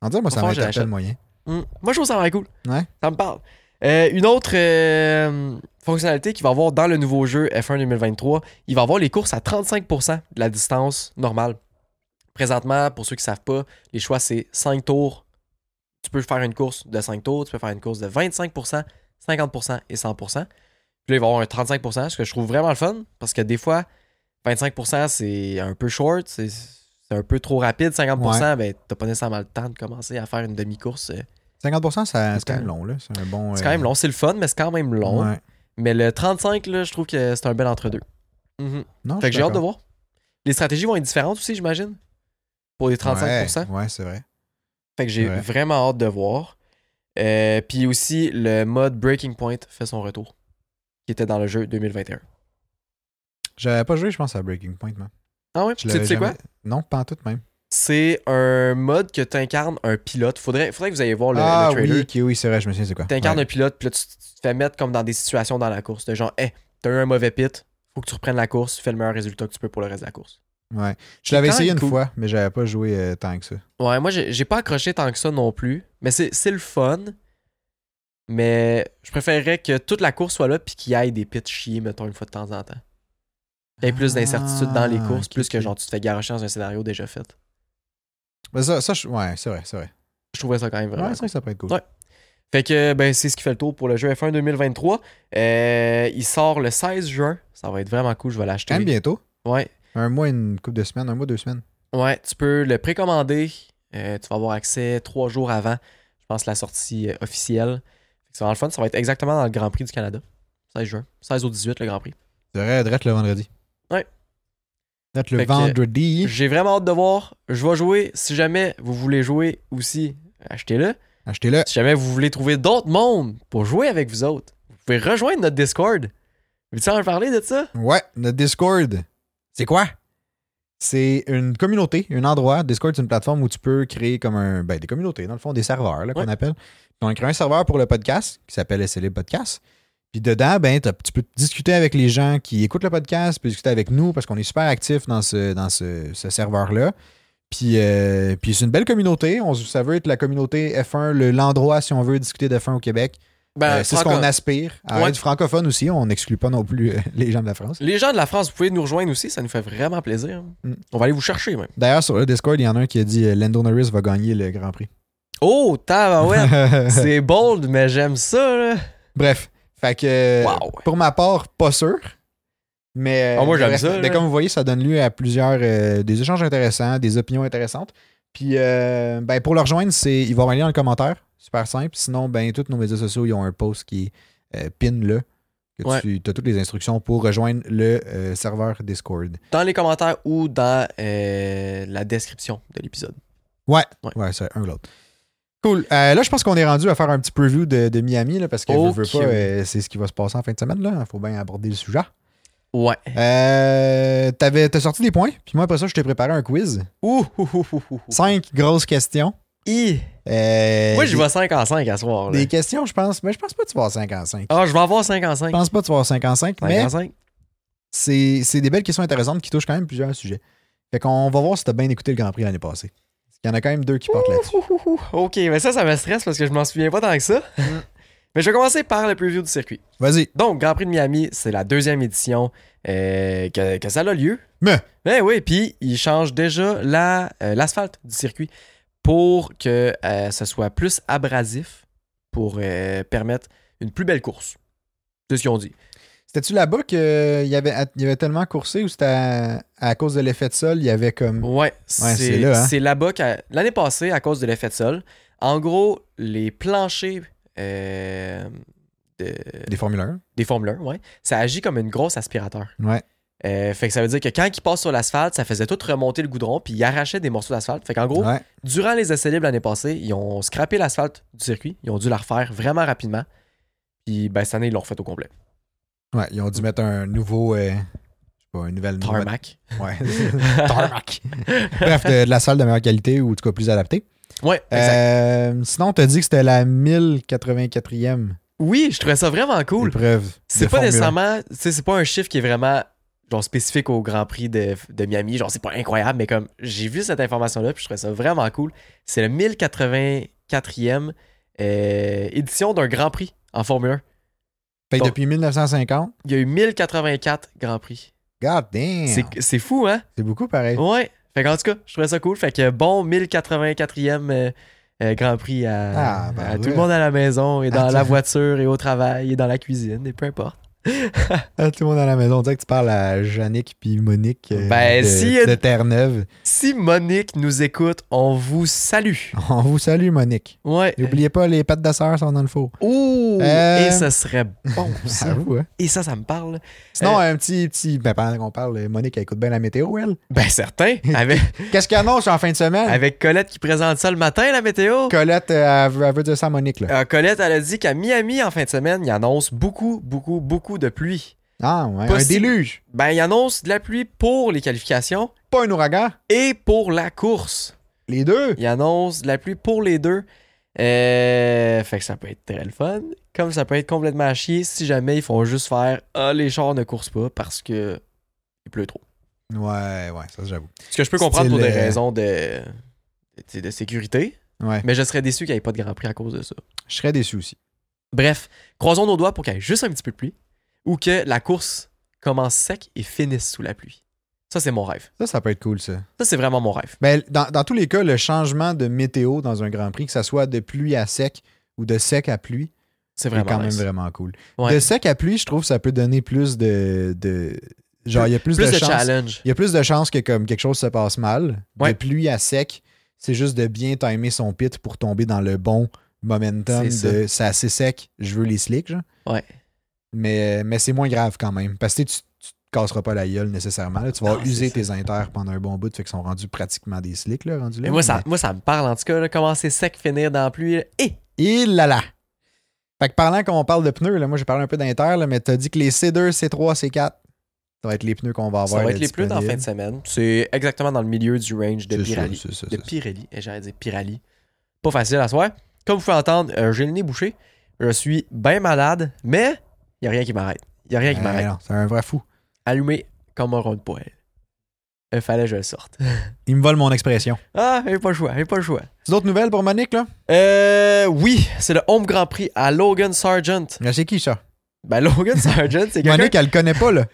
S1: En dire, moi, ça
S2: Enfin, je
S1: m'interpelle
S2: l'achète.
S1: moyen.
S2: Hmm. Moi, je trouve ça vraiment cool.
S1: Ouais.
S2: Ça me parle. Euh, une autre euh, fonctionnalité qu'il va avoir dans le nouveau jeu F1 2023, il va avoir les courses à 35% de la distance normale. Présentement, pour ceux qui ne savent pas, les choix, c'est 5 tours. Tu peux faire une course de 5 tours, tu peux faire une course de 25%, 50% et 100%. Puis là, il va y avoir un 35%, ce que je trouve vraiment le fun, parce que des fois, 25%, c'est un peu short, c'est c'est un peu trop rapide. 50%, ben, t'as pas nécessairement le temps de commencer à faire une demi-course euh,
S1: 50%, ça-
S2: C'est
S1: c'est quand même
S2: quand-
S1: long, là. C'est un bon. euh,
S2: c'est quand même long, c'est le fun, mais c'est quand même long.
S1: Ouais.
S2: Mais le 35, là, je trouve que c'est un bel entre-deux. Mhm.
S1: Non, Ah,
S2: Fait
S1: je
S2: que
S1: suis
S2: j'ai hâte de
S1: d'accord.
S2: voir. Les stratégies vont être différentes aussi, j'imagine. Pour les 35%.
S1: Ouais, ouais, c'est vrai.
S2: Fait que j'ai
S1: Ouais.
S2: vraiment hâte de voir. Euh, puis aussi, le mode Breaking Point fait son retour, qui était dans le jeu 2021.
S1: J'avais pas joué, je pense, à Breaking Point, moi.
S2: Ah ouais,
S1: Je
S2: tu sais- tu
S1: l'avais
S2: sais quoi?
S1: jamais- Non, pas en tout, même.
S2: C'est un mode que t'incarnes un pilote. Faudrait, faudrait que vous ayez voir le, le
S1: ah
S2: trailer.
S1: oui, ok, oui, c'est vrai, je me souviens, c'est quoi.
S2: T'incarnes
S1: Ouais.
S2: un pilote, puis là, tu, tu te fais mettre comme dans des situations dans la course. De genre, hé, t'as eu un mauvais pit, faut que tu reprennes la course, fais le meilleur résultat que tu peux pour le reste de la course.
S1: Ouais. Je l'avais
S2: quand
S1: essayé
S2: même
S1: une
S2: cool.
S1: fois, mais j'avais pas joué euh, tant que ça.
S2: Ouais, moi, j'ai j'ai pas accroché tant que ça non plus. Mais c'est c'est le fun. Mais je préférerais que toute la course soit là, puis qu'il y ait des pits chiés, mettons, une fois de temps en temps. Il y ait plus
S1: Ah,
S2: d'incertitudes dans les courses,
S1: ok,
S2: plus que
S1: ok.
S2: genre tu te fais garocher dans un scénario déjà fait.
S1: Mais ça, ça je- ouais, c'est vrai, c'est vrai.
S2: Je trouvais ça quand même vraiment
S1: Ouais, c'est vrai que ça peut être cool.
S2: Ouais. Fait que ben c'est ce qui fait le tour pour le jeu F1 2023. Euh, il sort le 16 juin. Ça va être vraiment cool, je vais
S1: Quand même
S2: l'acheter.
S1: bientôt.
S2: Ouais.
S1: Un mois, une couple de semaines, un mois, deux semaines.
S2: Ouais, tu peux le précommander. Euh, tu vas avoir accès trois jours avant, je pense, la sortie euh, officielle. Fait que Ça va être le fun. Ça va être exactement dans le Grand Prix du Canada. 16 juin. 16 au 18, le Grand Prix.
S1: C'est vrai, drette le vendredi.
S2: Ouais.
S1: Drette le
S2: Fait que-
S1: vendredi.
S2: J'ai vraiment hâte de voir. Je vais jouer. Si jamais vous voulez jouer aussi, achetez-le.
S1: Achetez-le.
S2: Si jamais vous voulez trouver d'autres mondes pour jouer avec vous autres, vous pouvez rejoindre notre Discord. Veux-tu en parler de ça?
S1: Ouais, notre Discord. C'est quoi? C'est une communauté, un endroit. Discord, c'est une plateforme où tu peux créer comme un. Ben, des communautés, dans le fond, des serveurs là, qu'on
S2: Ouais.
S1: appelle. Puis on a créé un serveur pour le podcast qui s'appelle SLB Podcast. Puis dedans, ben, t'as- tu peux discuter avec les gens qui écoutent le podcast, tu peux discuter avec nous parce qu'on est super actifs dans ce, dans ce, ce serveur-là. Puis, euh, puis c'est une belle communauté. On, ça veut être la communauté F1, le- l'endroit, si on veut, discuter de F1 au Québec. Euh, c'est ce qu'on aspire à
S2: Ben, Ouais.
S1: être francophone aussi. On n'exclut pas non plus euh, les gens de la France.
S2: Les gens de la France, vous pouvez nous rejoindre aussi, ça nous fait vraiment plaisir.
S1: Mm.
S2: On va aller vous chercher même.
S1: D'ailleurs, sur le Discord, il y en a un qui a dit euh, Lando Norris va gagner le Grand Prix.
S2: Oh, tabarouette! c'est bold, mais j'aime ça, là.
S1: Bref, fait que euh,
S2: Wow.
S1: pour ma part, pas sûr. Mais, euh,
S2: Ah, moi, j'aime
S1: bref,
S2: ça,
S1: mais
S2: là.
S1: comme vous voyez, ça donne lieu à plusieurs euh, des échanges intéressants, des opinions intéressantes. Puis euh, ben, pour le rejoindre, c'est il va y avoir un lien dans le commentaire. Super simple. Sinon, ben tous nos médias sociaux, ils ont un post qui est euh, pin là. Que
S2: Ouais.
S1: Tu as toutes les instructions pour rejoindre le euh, serveur Discord.
S2: Dans les commentaires ou dans euh, la description de l'épisode.
S1: Ouais, c'est un ou l'autre. Cool. Euh, là, je pense qu'on est rendu à faire un petit preview de, de Miami, là, parce que
S2: Ok.
S1: veux, veux pas, euh, c'est ce qui va se passer en fin de semaine. Il faut bien aborder le sujet.
S2: Ouais.
S1: Euh, t'avais- T'as sorti des points, puis moi, après ça, je t'ai préparé un quiz.
S2: Ouh, ouh, ouh, ouh, ouh.
S1: Cinq grosses questions.
S2: Hi.
S1: Euh,
S2: Moi, je
S1: des-
S2: vais 5 en 5 à soir. là.
S1: Des questions, je pense, mais je pense pas que tu vas avoir 5 en 5.
S2: Ah, je vais avoir 5 en 5.
S1: Je pense pas que tu vas avoir 5 en 5,
S2: 5
S1: mais
S2: en 5.
S1: c'est c'est des belles questions intéressantes qui touchent quand même plusieurs sujets. Fait qu'on va voir si t'as bien écouté le Grand Prix l'année passée. Il y en a quand même deux qui portent là-dessus.
S2: Ouh, ouh, ouh. Ok, mais ça, ça me stresse parce que je m'en souviens pas tant que ça. mais je vais commencer par le preview du circuit.
S1: Vas-y.
S2: Donc, Grand Prix de Miami, c'est la deuxième édition euh, que, que ça a lieu.
S1: Mais-
S2: Ben oui, puis ils changent déjà la, euh, l'asphalte du circuit pour que euh, ce soit plus abrasif pour euh, permettre une plus belle course. C'est ce qu'ils ont dit.
S1: C'était-tu là-bas qu'il y avait, il y avait tellement coursé ou c'était à, à cause de l'effet de sol, il y avait comme.
S2: Ouais,
S1: c'est
S2: c'est
S1: là, hein.
S2: c'est là-bas qu'à- l'année passée, à cause de l'effet de sol, en gros, les planchers euh, de-
S1: Des Formule 1.
S2: des Formule 1, ouais, ça agit comme une grosse aspirateur.
S1: Ouais.
S2: Euh, fait que ça veut dire que quand il passe sur l'asphalte, ça faisait tout remonter le goudron, puis il arrachait des morceaux d'asphalte. Fait qu'en gros,
S1: Ouais.
S2: durant les essais libres l'année passée, ils ont scrappé l'asphalte du circuit. Ils ont dû la refaire vraiment rapidement. Puis ben, cette année, ils l'ont refait au complet.
S1: Ouais, Ils ont dû mettre un nouveau. euh, je sais pas, une nouvelle.
S2: Tarmac.
S1: Ouais. Tarmac. Bref, de, de la salle de meilleure qualité ou en tout cas plus adaptée.
S2: Ouais, exact.
S1: Euh, sinon, t'as dit que c'était la 1084e
S2: Oui, je trouvais ça vraiment cool.
S1: épreuve. de
S2: C'est pas
S1: Formule un.
S2: nécessairement. tu sais, C'est pas un chiffre qui est vraiment genre spécifique au Grand Prix de, de Miami. Genre, c'est pas incroyable, mais comme j'ai vu cette information-là, puis je trouvais ça vraiment cool. C'est le 1084e euh, édition d'un Grand Prix en Formule 1.
S1: Fait que
S2: Bon.
S1: depuis 1950.
S2: Il y a eu 1084 Grands Prix.
S1: God damn. Eh.
S2: C'est c'est fou, hein?
S1: C'est beaucoup pareil.
S2: Ouais. Fait qu'en tout cas, je trouvais ça cool. Fait que bon 1084e euh, euh, Grand Prix à,
S1: Ah, ben
S2: à
S1: ouais.
S2: tout le monde à la maison et dans
S1: Ah,
S2: la
S1: tu-
S2: voiture et au travail et dans la cuisine et peu importe.
S1: Ah, tout le monde à la maison. On dirait que tu parles à Yannick puis Monique euh,
S2: Ben,
S1: de,
S2: s'il y a-
S1: de Terre-Neuve.
S2: Si Monique nous écoute, on vous salue.
S1: On vous salue, Monique.
S2: Ouais.
S1: N'oubliez pas, les pattes de sœur sont dans le four.
S2: Ouh!
S1: Euh.
S2: Et ça serait bon, ça.
S1: J'avoue, hein.
S2: et ça, ça me parle.
S1: Sinon, un petit, petit. Ben, pendant qu'on parle, euh, Monique, elle écoute bien la météo, elle.
S2: Ben certain. Avec,
S1: Qu'est-ce qu'elle annonce en fin de semaine?
S2: avec Colette qui présente ça le matin, la météo.
S1: Colette, euh, elle, veut, elle veut dire ça à Monique, là.
S2: Euh, Colette, elle a dit qu'à Miami, en fin de semaine, il annonce beaucoup, beaucoup, beaucoup de pluie.
S1: Ah, ouais. Un
S2: possible.
S1: déluge.
S2: Ben, il annonce de la pluie pour les qualifications.
S1: Pas un ouragan.
S2: et pour la course.
S1: Les deux.
S2: Il annonce de la pluie pour les deux. Euh, fait que ça peut être très le fun. Comme ça peut être complètement à chier si jamais ils font juste faire Ah, les chars ne courent pas parce que il pleut trop.
S1: Ouais, ouais, ça, j'avoue.
S2: Ce que je peux comprendre
S1: Style,
S2: pour des
S1: euh,
S2: raisons de, tu sais, de sécurité,
S1: Ouais.
S2: mais je serais déçu qu'il n'y ait pas de Grand Prix à cause de ça.
S1: Je serais déçu aussi.
S2: Bref, croisons nos doigts pour qu'il y ait juste un petit peu de pluie ou que la course commence sec et finisse sous la pluie. Ça, c'est mon rêve.
S1: Ça, ça peut être cool, ça.
S2: Ça, c'est vraiment mon rêve.
S1: Ben, dans, dans tous les cas, le changement de météo dans un Grand Prix, que ça soit de pluie à sec ou de sec à pluie,
S2: C'est
S1: c'est
S2: vraiment
S1: quand
S2: nice.
S1: même vraiment cool.
S2: Ouais.
S1: De sec à pluie, je trouve que ça peut donner plus de, de, Genre, il y a plus,
S2: Plus
S1: de,
S2: de
S1: chances.
S2: challenge.
S1: Il y a plus de chances que comme quelque chose se passe mal.
S2: Ouais.
S1: De pluie à sec, c'est juste de bien timer son pit pour tomber dans le bon momentum
S2: C'est ça.
S1: de c'est assez sec, je veux les slicks, genre.
S2: Ouais.
S1: Mais, mais c'est moins grave quand même. Parce que tu, tu te casseras pas la gueule nécessairement. là. Tu vas
S2: Non,
S1: user
S2: Ah, c'est
S1: tes inters pendant un bon bout, fait qu'ils sont rendus pratiquement des slicks, là, rendus là.
S2: Mais moi, ça, moi, ça me parle en tout cas. là, commencer sec, finir dans la pluie. là. Eh!
S1: Et là là! Fait que parlant qu'on parle de pneus, là, moi j'ai parlé un peu d'inter, là, mais t'as dit que les C2, C3, C4, ça va être les pneus qu'on va avoir.
S2: Ça va
S1: là,
S2: être les pneus dans la fin de
S1: disponibles.
S2: semaine. C'est exactement dans le milieu du range de
S1: C'est ça,
S2: Pirelli.
S1: c'est ça,
S2: De
S1: c'est ça.
S2: Pirelli. Et j'allais dire Pirelli. Pas facile à soir. Comme vous pouvez entendre, euh, j'ai le nez bouché. Je suis bien malade, mais il n'y a rien qui m'arrête. Il n'y a rien qui
S1: Ah,
S2: m'arrête.
S1: non, C'est un vrai fou.
S2: Allumé comme un rond de poêle. Il fallait que je le sorte.
S1: Il me vole mon expression.
S2: Ah, j'ai pas le choix, j'ai pas le choix.
S1: C'est d'autres nouvelles pour Monique, là?
S2: Euh, oui, c'est le Home Grand Prix à Logan Sargent.
S1: Là, C'est qui, ça?
S2: Ben, Logan Sargent, c'est quelqu'un
S1: Monique, elle le connaît pas, là.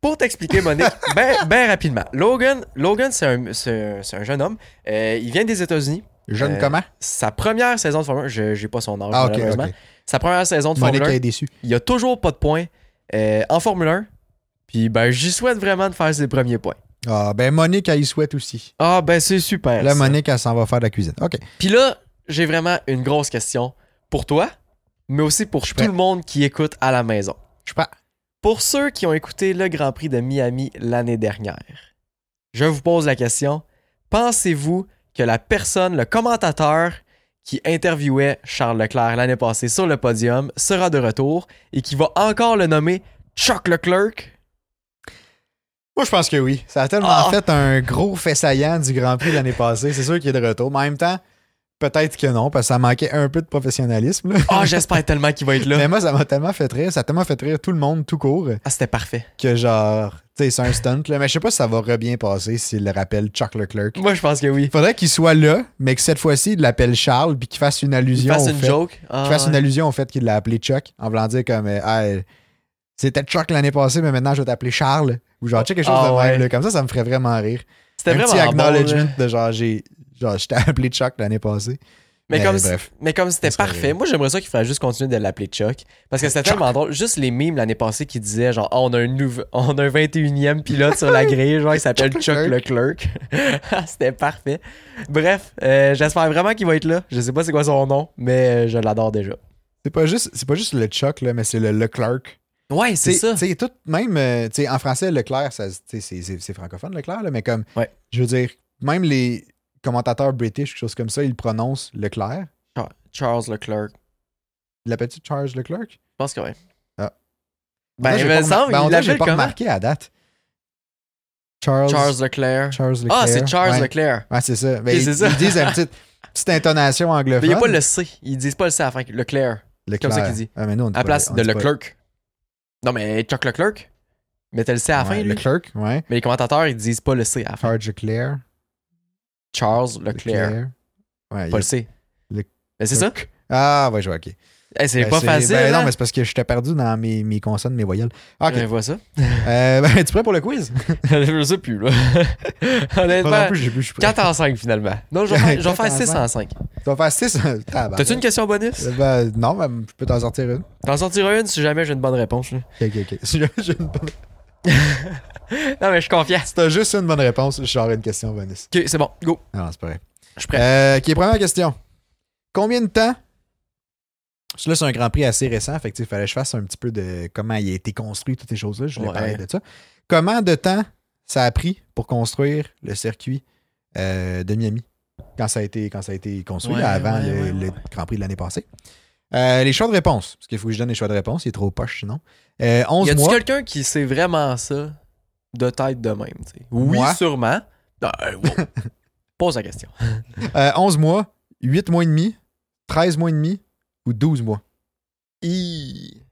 S2: pour t'expliquer, Monique, ben, ben rapidement. Logan, Logan c'est un, c'est un- c'est un jeune homme. Euh, il vient des États-Unis.
S1: Jeune
S2: Euh,
S1: comment?
S2: Sa première saison de Formule 1, je n'ai pas son âge,
S1: Ah, ok,
S2: malheureusement.
S1: ok.
S2: Sa première saison de
S1: Monique,
S2: Formule 1,
S1: elle est déçue.
S2: il a toujours pas de points euh, en Formule 1. Puis, ben, j'y souhaite vraiment de faire ses premiers points.
S1: Ah, ben Monique, elle y souhaite aussi.
S2: Ah, ben, c'est super.
S1: Là,
S2: ça.
S1: Monique, elle s'en va faire de la cuisine. OK.
S2: Puis là, j'ai vraiment une grosse question pour toi, mais aussi pour tout
S1: prêt.
S2: le monde qui écoute à la maison.
S1: Je suis pas.
S2: Pour ceux qui ont écouté le Grand Prix de Miami l'année dernière, je vous pose la question pensez-vous que la personne, le commentateur qui interviewait Charles Leclerc l'année passée sur le podium sera de retour et qui va encore le nommer Chuck Leclerc
S1: Moi, je pense que oui. Ça a tellement
S2: Ah.
S1: fait un gros fessaillant du Grand Prix l'année passée. C'est sûr qu'il est de retour. Mais en même temps, peut-être que non, parce que ça manquait un peu de professionnalisme. là.
S2: Ah, j'espère tellement qu'il va être là.
S1: Mais moi, ça m'a tellement fait rire. Ça a tellement fait rire tout le monde, tout court,
S2: Ah, c'était parfait.
S1: que genre, tu sais, c'est un stunt. Là. Mais je sais pas si ça va re bien passer s'il le rappelle Chuck Leclerc.
S2: Moi, je pense que oui.
S1: Il faudrait qu'il soit là, mais que cette fois-ci, il l'appelle Charles, puis qu'il fasse une
S2: Il
S1: allusion.
S2: fasse
S1: au
S2: une
S1: fait-
S2: joke. Ah,
S1: qu'il fasse une allusion au fait qu'il l'a appelé Chuck, en voulant dire comme euh, Ah, euh, c'était Chuck l'année passée, mais maintenant je vais t'appeler Charles. Ou genre, tu sais, quelque chose
S2: Ah,
S1: de
S2: ouais.
S1: même. là. Comme ça, ça me ferait vraiment rire.
S2: c'était
S1: un
S2: vraiment
S1: petit
S2: bon, là.
S1: acknowledgement de genre, j'ai, genre, je t'ai appelé Chuck l'année passée.
S2: Mais, comme,
S1: bref.
S2: mais comme c'était
S1: Ça serait
S2: parfait, moi j'aimerais ça qu'il faudrait juste continuer de l'appeler Chuck. Parce que c'était
S1: Chuck.
S2: tellement drôle. Juste les mimes l'année passée qui disaient genre Ah, on a un nouveau on a un 21e pilote sur la grille, genre il s'appelle
S1: Chuck
S2: Chuck Leclerc. Ah, c'était parfait. Bref, euh, j'espère vraiment qu'il va être là. Je sais pas c'est quoi son nom, mais euh, je l'adore déjà.
S1: C'est pas juste, c'est pas juste le Chuck, là, mais c'est le Leclerc.
S2: Ouais, c'est ça.
S1: Tu sais, tout, même, euh, tu sais, en français, Leclerc, ça, se- tu sais, c'est, c'est- c'est francophone, Leclerc, là, mais comme,
S2: Ouais.
S1: je veux dire, même les commentateurs british, quelque chose comme ça, ils prononcent Leclerc.
S2: Char- Charles Leclerc.
S1: Il l'appelle-tu Charles Leclerc?
S2: Je pense que oui.
S1: Ah.
S2: Ben,
S1: Moi,
S2: il
S1: j'ai
S2: me
S1: pas remar-
S2: semble,
S1: ben, on
S2: il
S1: dirait que j'ai
S2: l'appelle
S1: pas
S2: comment?
S1: remarqué à date. Charles,
S2: Charles
S1: Charles,
S2: Leclerc.
S1: Leclerc.
S2: Ah, c'est Charles
S1: ouais.
S2: Leclerc.
S1: Ouais, c'est ça. Ben,
S2: Et
S1: ils,
S2: c'est ça.
S1: ils disent une petite, petite intonation anglophone.
S2: Mais il n'y a pas le C. Ils disent pas le C à la fin. Leclerc.
S1: Leclerc.
S2: comme ça qu'il dit.
S1: Ah, mais nous, on dit
S2: À
S1: pas-
S2: place
S1: on
S2: de
S1: dit pas-
S2: Leclerc. Non, mais Chuck Leclerc. Mettez le C à la
S1: Ouais,
S2: fin, lui.
S1: Leclerc, ouais.
S2: Mais les commentateurs, ils disent pas le C à la fin.
S1: Charles Leclerc.
S2: Charles Leclerc.
S1: Leclerc. Ouais, il y
S2: Pas
S1: a-
S2: le C.
S1: Le-
S2: Mais c'est ça?
S1: Ah, ouais, je vois, ok.
S2: Eh, c'est
S1: Ben,
S2: pas facile.
S1: ben
S2: hein?
S1: non, mais c'est parce que j'étais perdu dans mes, mes consonnes, mes voyelles. Ok.
S2: Je vois ça.
S1: Euh, ben, tu prêt pour le quiz?
S2: je sais plus, là.
S1: Pas non
S2: Honnêtement,
S1: plus, j'ai plus, je suis prêt.
S2: 4 en 5, finalement. Non, je vais faire- je vais faire
S1: Quatre en
S2: 6 en 5.
S1: Tu vas faire 6.
S2: T'as-tu une question bonus?
S1: Ben, non, ben, je peux t'en sortir une.
S2: T'en sortiras une si jamais j'ai une bonne réponse. là.
S1: Ok, ok, ok. Si j'ai une bonne-
S2: Non, mais je suis confiant.
S1: si t'as juste une bonne réponse, je sors une question bonus.
S2: Ok, c'est bon. Go.
S1: Ah Non, c'est pas vrai.
S2: Je suis prêt.
S1: Euh, qui est première question. Combien de temps? Parce que Là, c'est un Grand Prix assez récent, fait il fallait que je fasse un petit peu de comment il a été construit, toutes ces choses-là. Je voulais
S2: Ouais.
S1: parler de ça. Comment de temps ça a pris pour construire le circuit euh, de Miami quand ça a été, quand ça a été construit,
S2: Ouais,
S1: là, avant
S2: ouais,
S1: le,
S2: ouais,
S1: le
S2: ouais.
S1: Grand Prix de l'année passée? Euh, les choix de réponse, parce qu'il faut que je donne les choix de réponse, il est trop poche sinon. Euh,
S2: Y
S1: 11
S2: a-tu
S1: mois.
S2: quelqu'un qui sait vraiment ça de tête de même? tu sais? Oui,
S1: Moi?
S2: sûrement. Non, euh, wow. Pose la question.
S1: Euh, 11 mois, 8 mois et demi, 13 mois et demi ou 12 mois?
S2: Hi.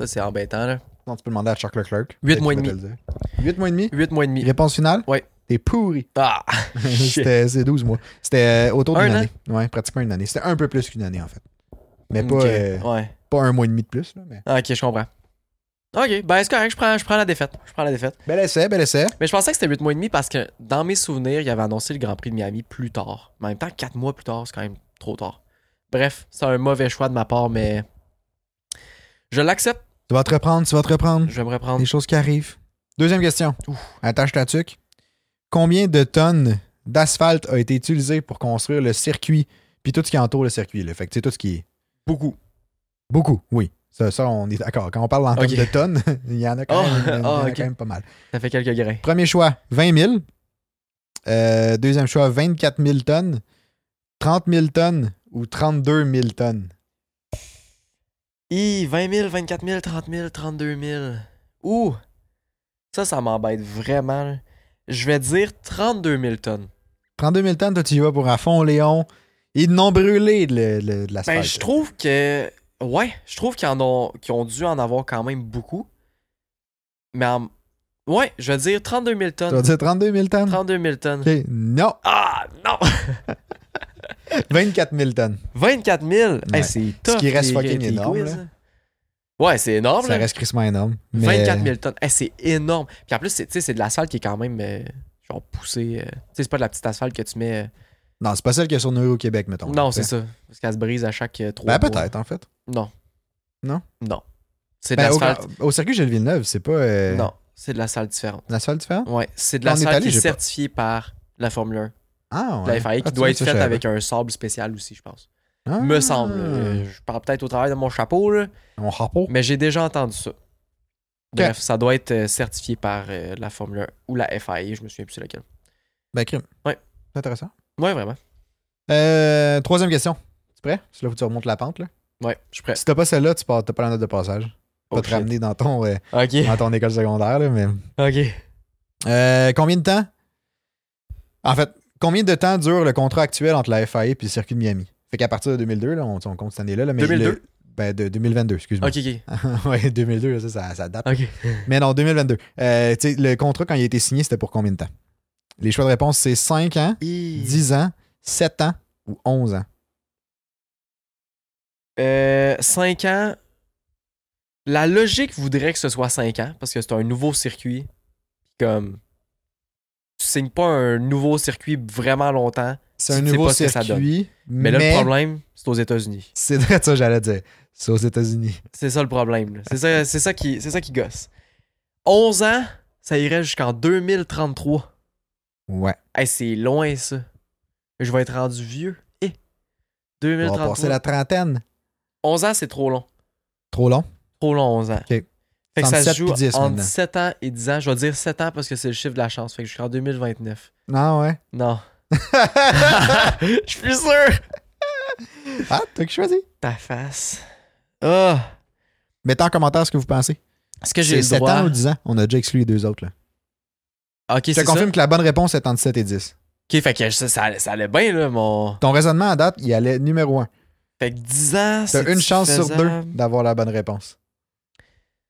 S2: Ça, c'est embêtant, là.
S1: Non, tu peux demander à Chuck Leclerc.
S2: Huit
S1: Peut-être
S2: mois et
S1: qu'il va
S2: demi.
S1: te le dire. Huit mois et demi.
S2: 8 mois et demi.
S1: Réponse finale?
S2: Ouais.
S1: T'es pourri.
S2: Ah! Shit.
S1: C'était c'est 12 mois. C'était euh, autour
S2: Un
S1: d'une
S2: an?
S1: année. Ouais, pratiquement une année. C'était un peu plus qu'une année, en fait. Mais pas,
S2: Ok,
S1: euh,
S2: Ouais.
S1: pas un mois et demi de plus. là, mais...
S2: Ah, Ok, je comprends. Ok, ben c'est correct, je prends, je prends la défaite. Je prends la défaite.
S1: Bel essai, bel essai.
S2: Mais je pensais que c'était 8 mois et demi parce que dans mes souvenirs, il avait annoncé le Grand Prix de Miami plus tard. Mais en même temps, 4 mois plus tard, c'est quand même trop tard. Bref, c'est un mauvais choix de ma part, mais je l'accepte.
S1: Tu vas te reprendre, tu vas te reprendre.
S2: Je vais me reprendre.
S1: Des choses qui arrivent. Deuxième question.
S2: Ouf.
S1: Attache ta tuque. Combien de tonnes d'asphalte a été utilisé pour construire le circuit, puis tout ce qui entoure le circuit? Là. Fait que tu sais, tout ce qui est.
S2: Beaucoup.
S1: Beaucoup, oui. Ça, ça, on est d'accord. Quand on parle en termes
S2: Ok.
S1: de tonnes, il y en a quand
S2: Oh,
S1: même, il y en a
S2: oh,
S1: quand
S2: ok.
S1: même pas mal.
S2: Ça fait quelques grains.
S1: Premier choix, 20 000. Euh, deuxième choix, 24 000 tonnes. 30 000 tonnes ou 32 000 tonnes.
S2: I 20 000, 24 000, 30 000, 32 000. Ouh! Ça, ça m'embête vraiment. là. Je vais dire 32 000 tonnes.
S1: 32 000 tonnes, toi, tu y vas pour à fond, Léon. Ils n'ont brûlé de, le- le- de l'asphalte.
S2: Ben, je trouve que. Ouais, je trouve qu'ils en ont... qu'ils ont dû en avoir quand même beaucoup. Mais en- Ouais, je vais dire 32 000
S1: Tu vas
S2: tonnes.
S1: dire 32 000 tonnes?
S2: 32 000 tonnes.
S1: Ok, Non,
S2: Ah, non!
S1: 24 000 tonnes.
S2: 24 000!
S1: Ouais.
S2: Hey, c'est tough.
S1: qui reste
S2: les-
S1: fucking
S2: les
S1: énorme,
S2: quiz,
S1: là.
S2: là. Ouais, c'est énorme.
S1: Ça
S2: là.
S1: reste crissement énorme. mais-
S2: 24 000 tonnes. Hey, c'est énorme. Puis en plus, c'est- tu sais, c'est de l'asphalte qui est quand même euh, genre poussée. euh, tu sais, c'est pas de la petite asphalte que tu mets. euh,
S1: Non, c'est pas celle qu'il y a sur Neuro au Québec, mettons.
S2: non, c'est ça. Parce qu'elle se brise à chaque euh, trois
S1: Ben,
S2: mois.
S1: peut-être, en fait.
S2: Non.
S1: Non?
S2: Non. C'est de
S1: Ben, au,
S2: l'asphalte.
S1: au circuit Gilles-Villeneuve, c'est pas. euh,
S2: Non, c'est de l'asphalte différente.
S1: L'asphalte différent?
S2: Ouais, c'est de
S1: En
S2: l'asphalte
S1: Italie,
S2: qui est
S1: j'ai pas-
S2: certifiée par la Formule 1,
S1: Ah, ouais.
S2: la FIA, qui
S1: Ah, tu
S2: doit
S1: vois,
S2: être
S1: ça, je
S2: faite
S1: savais
S2: avec un sable spécial aussi, je pense.
S1: pas. Ah.
S2: Me semble. Euh, Je parle peut-être au travail de mon chapeau, là,
S1: Mon rapport.
S2: mais j'ai déjà entendu ça. Bref, ça doit être euh, certifié par euh, la Formule 1 ou la FIA, je me souviens plus c'est laquelle.
S1: Ben, crime.
S2: Ouais.
S1: C'est intéressant.
S2: Ouais, vraiment.
S1: Euh, troisième question. Tu prêt? C'est là où tu remontes la pente, là.
S2: Ouais, je suis prêt.
S1: Si t'as pas celle-là, tu pars- t'as pas la note de passage.
S2: Oh,
S1: Pas te
S2: shit.
S1: ramener dans ton, euh,
S2: Ok,
S1: dans ton école secondaire, là, mais.
S2: ok.
S1: Euh, combien de temps? En fait, combien de temps dure le contrat actuel entre la FIA et le circuit de Miami? Fait qu'à partir de 2002, là, on, on compte cette année-là. là, mais
S2: 2002?
S1: le- ben, de 2022, excuse-moi.
S2: Ok, ok.
S1: ouais, 2002, là, ça, ça, ça date.
S2: Ok.
S1: Mais non, 2022. Euh, tu sais, le contrat, quand il a été signé, c'était pour combien de temps? Les choix de réponse, c'est 5 ans, 10 ans, 7 ans ou 11 ans.
S2: Euh, 5 ans. La logique voudrait que ce soit 5 ans parce que c'est un nouveau circuit. Comme. Tu signes pas un nouveau circuit vraiment longtemps.
S1: C'est
S2: Tu
S1: un
S2: sais
S1: nouveau
S2: pas ce que ça
S1: circuit,
S2: Mais
S1: mais,
S2: là, le problème, c'est aux États-Unis.
S1: c'est vrai ça j'allais dire. C'est aux États-Unis.
S2: C'est ça le problème. là. C'est ça, c'est ça, qui, c'est ça qui gosse. 11 ans, ça irait jusqu'en 2033.
S1: Ouais.
S2: Hey, c'est loin ça. Je vais être rendu vieux. Eh.
S1: On va
S2: 2033.
S1: passer la trentaine.
S2: 11 ans, c'est trop long.
S1: Trop long.
S2: trop long, 11 ans.
S1: OK.
S2: Fait que ça se
S1: 37
S2: joue
S1: puis 10
S2: entre
S1: maintenant.
S2: 7 ans et 10 ans. Je vais dire 7 ans parce que c'est le chiffre de la chance. Fait que je suis en 2029.
S1: Non, ouais.
S2: Non. je suis plus sûr.
S1: Ah, t'as qui choisi?
S2: Ta face. Ah.
S1: Mettez en commentaire ce que vous pensez.
S2: Est-ce que j'ai
S1: C'est 7
S2: le droit? Ah,
S1: ans ou 10 ans? On a déjà exclu les deux autres. Là. Je
S2: Ok,
S1: te
S2: c'est ça.
S1: confirme que la bonne réponse est entre 7 et 10.
S2: Ok, fait que ça, ça, ça allait bien, là, mon.
S1: Ton raisonnement à date, il allait numéro 1.
S2: Fait que 10 ans, c'est.
S1: T'as une chance sur deux d'avoir la bonne réponse.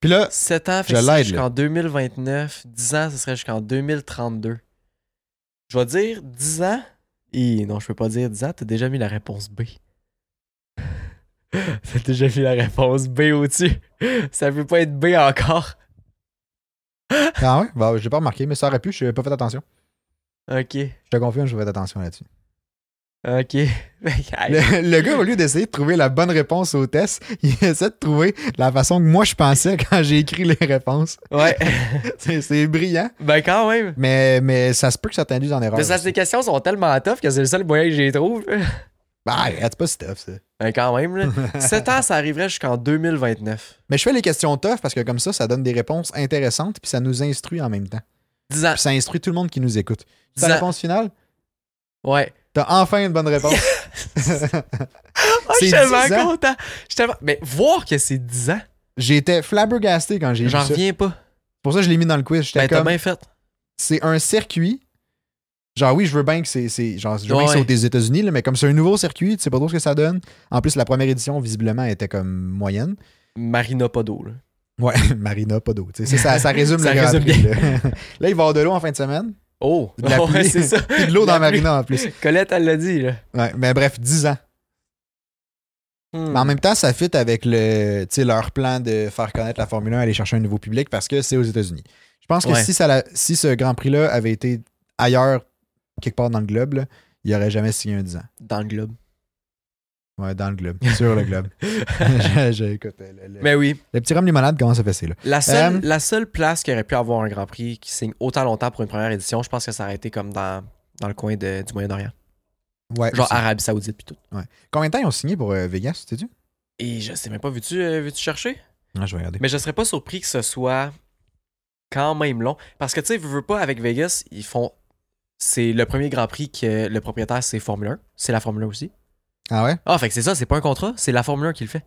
S1: Puis là,
S2: 7 ans, fait
S1: Je
S2: que c'est
S1: l'aide,
S2: jusqu'en 2029. 10 ans, ce serait jusqu'en 2032. Je vais dire 10 ans. Et non, je peux pas dire 10 ans, t'as déjà mis la réponse B. t'as déjà mis la réponse B au-dessus. Ça peut pas être B encore.
S1: ah ouais, bah, j'ai pas remarqué, mais ça aurait pu, je n'avais pas fait attention.
S2: Ok,
S1: Je te confirme, je vais faire attention là-dessus.
S2: ok.
S1: Le, le gars, au lieu d'essayer de trouver la bonne réponse au test, il essaie de trouver la façon que moi je pensais quand j'ai écrit les réponses.
S2: ouais,
S1: C'est- C'est brillant,
S2: ben quand même.
S1: mais, mais ça se peut que ça t'induise en erreur.
S2: Mais ça,
S1: aussi.
S2: ces questions sont tellement tough que c'est le seul moyen que j'y trouve.
S1: Bah, arrête, c'est pas si tough, ça.
S2: Ben quand même, là. 7 ans, ça arriverait jusqu'en 2029.
S1: Mais je fais les questions tough parce que comme ça, ça donne des réponses intéressantes puis ça nous instruit en même temps.
S2: 10 ans.
S1: Puis ça instruit tout le monde qui nous écoute.
S2: 10
S1: Ta
S2: ans.
S1: réponse finale,
S2: Ouais.
S1: t'as enfin une bonne réponse.
S2: Ah, je suis
S1: C'est
S2: tellement
S1: 10 ans.
S2: content. Je suis tellement- Mais voir que c'est 10 ans,
S1: J'étais flabbergasté quand j'ai vu
S2: j'en
S1: ça.
S2: reviens pas.
S1: Pour ça, je l'ai mis dans le quiz. J'étais
S2: Ben, t'as
S1: comme,
S2: bien fait.
S1: c'est un circuit. Genre, oui, je veux bien que c'est. c'est- genre, je veux bien que
S2: Ouais.
S1: c'est aux États-Unis, là, mais comme c'est un nouveau circuit, tu sais pas trop ce que ça donne. En plus, la première édition, visiblement, était comme moyenne.
S2: Marina Podo, là.
S1: Ouais, Marina, pas d'eau. tu sais, c'est- Ça, ça résume
S2: Ça
S1: le Grand
S2: résume
S1: Prix,
S2: bien.
S1: là. là, il va y avoir de l'eau en fin de semaine.
S2: Oh,
S1: De la
S2: ouais,
S1: pluie.
S2: c'est ça.
S1: Puis de l'eau
S2: La
S1: dans
S2: pluie.
S1: Marina en plus.
S2: Colette, elle l'a dit, là.
S1: Ouais, mais bref, 10 ans.
S2: Hmm.
S1: Mais en même temps, ça fit avec le, tu sais, leur plan de faire connaître la Formule 1, aller chercher un nouveau public parce que c'est aux États-Unis. Je pense que
S2: Ouais.
S1: si, ça la- si ce Grand Prix-là avait été ailleurs, quelque part dans le globe, là, il n'aurait jamais signé un 10 ans.
S2: Dans le globe.
S1: Ouais, dans le globe. Sur le globe. Je- je- écoute, le, le-
S2: Mais oui,
S1: le petit rhum limonade commence à fesser, là.
S2: la seule,
S1: Euh,
S2: la seule place qui aurait pu avoir un Grand Prix qui signe autant longtemps pour une première édition, je pense que ça aurait été comme dans, dans le coin de- du Moyen-Orient.
S1: Ouais.
S2: Genre
S1: aussi.
S2: Arabie Saoudite puis tout.
S1: Combien de temps ils ont signé pour euh, Vegas, sais-tu?
S2: Et je sais même pas, veux-tu euh, veux-tu chercher?
S1: Non, je vais regarder.
S2: Mais je serais pas surpris que ce soit quand même long. Parce que tu sais, veux, veux pas, avec Vegas, ils font. C'est le premier Grand Prix que le propriétaire, c'est Formule 1. C'est la Formule 1 aussi.
S1: Ah ouais?
S2: Ah, fait que c'est ça, c'est pas un contrat, c'est la Formule 1 qui le fait.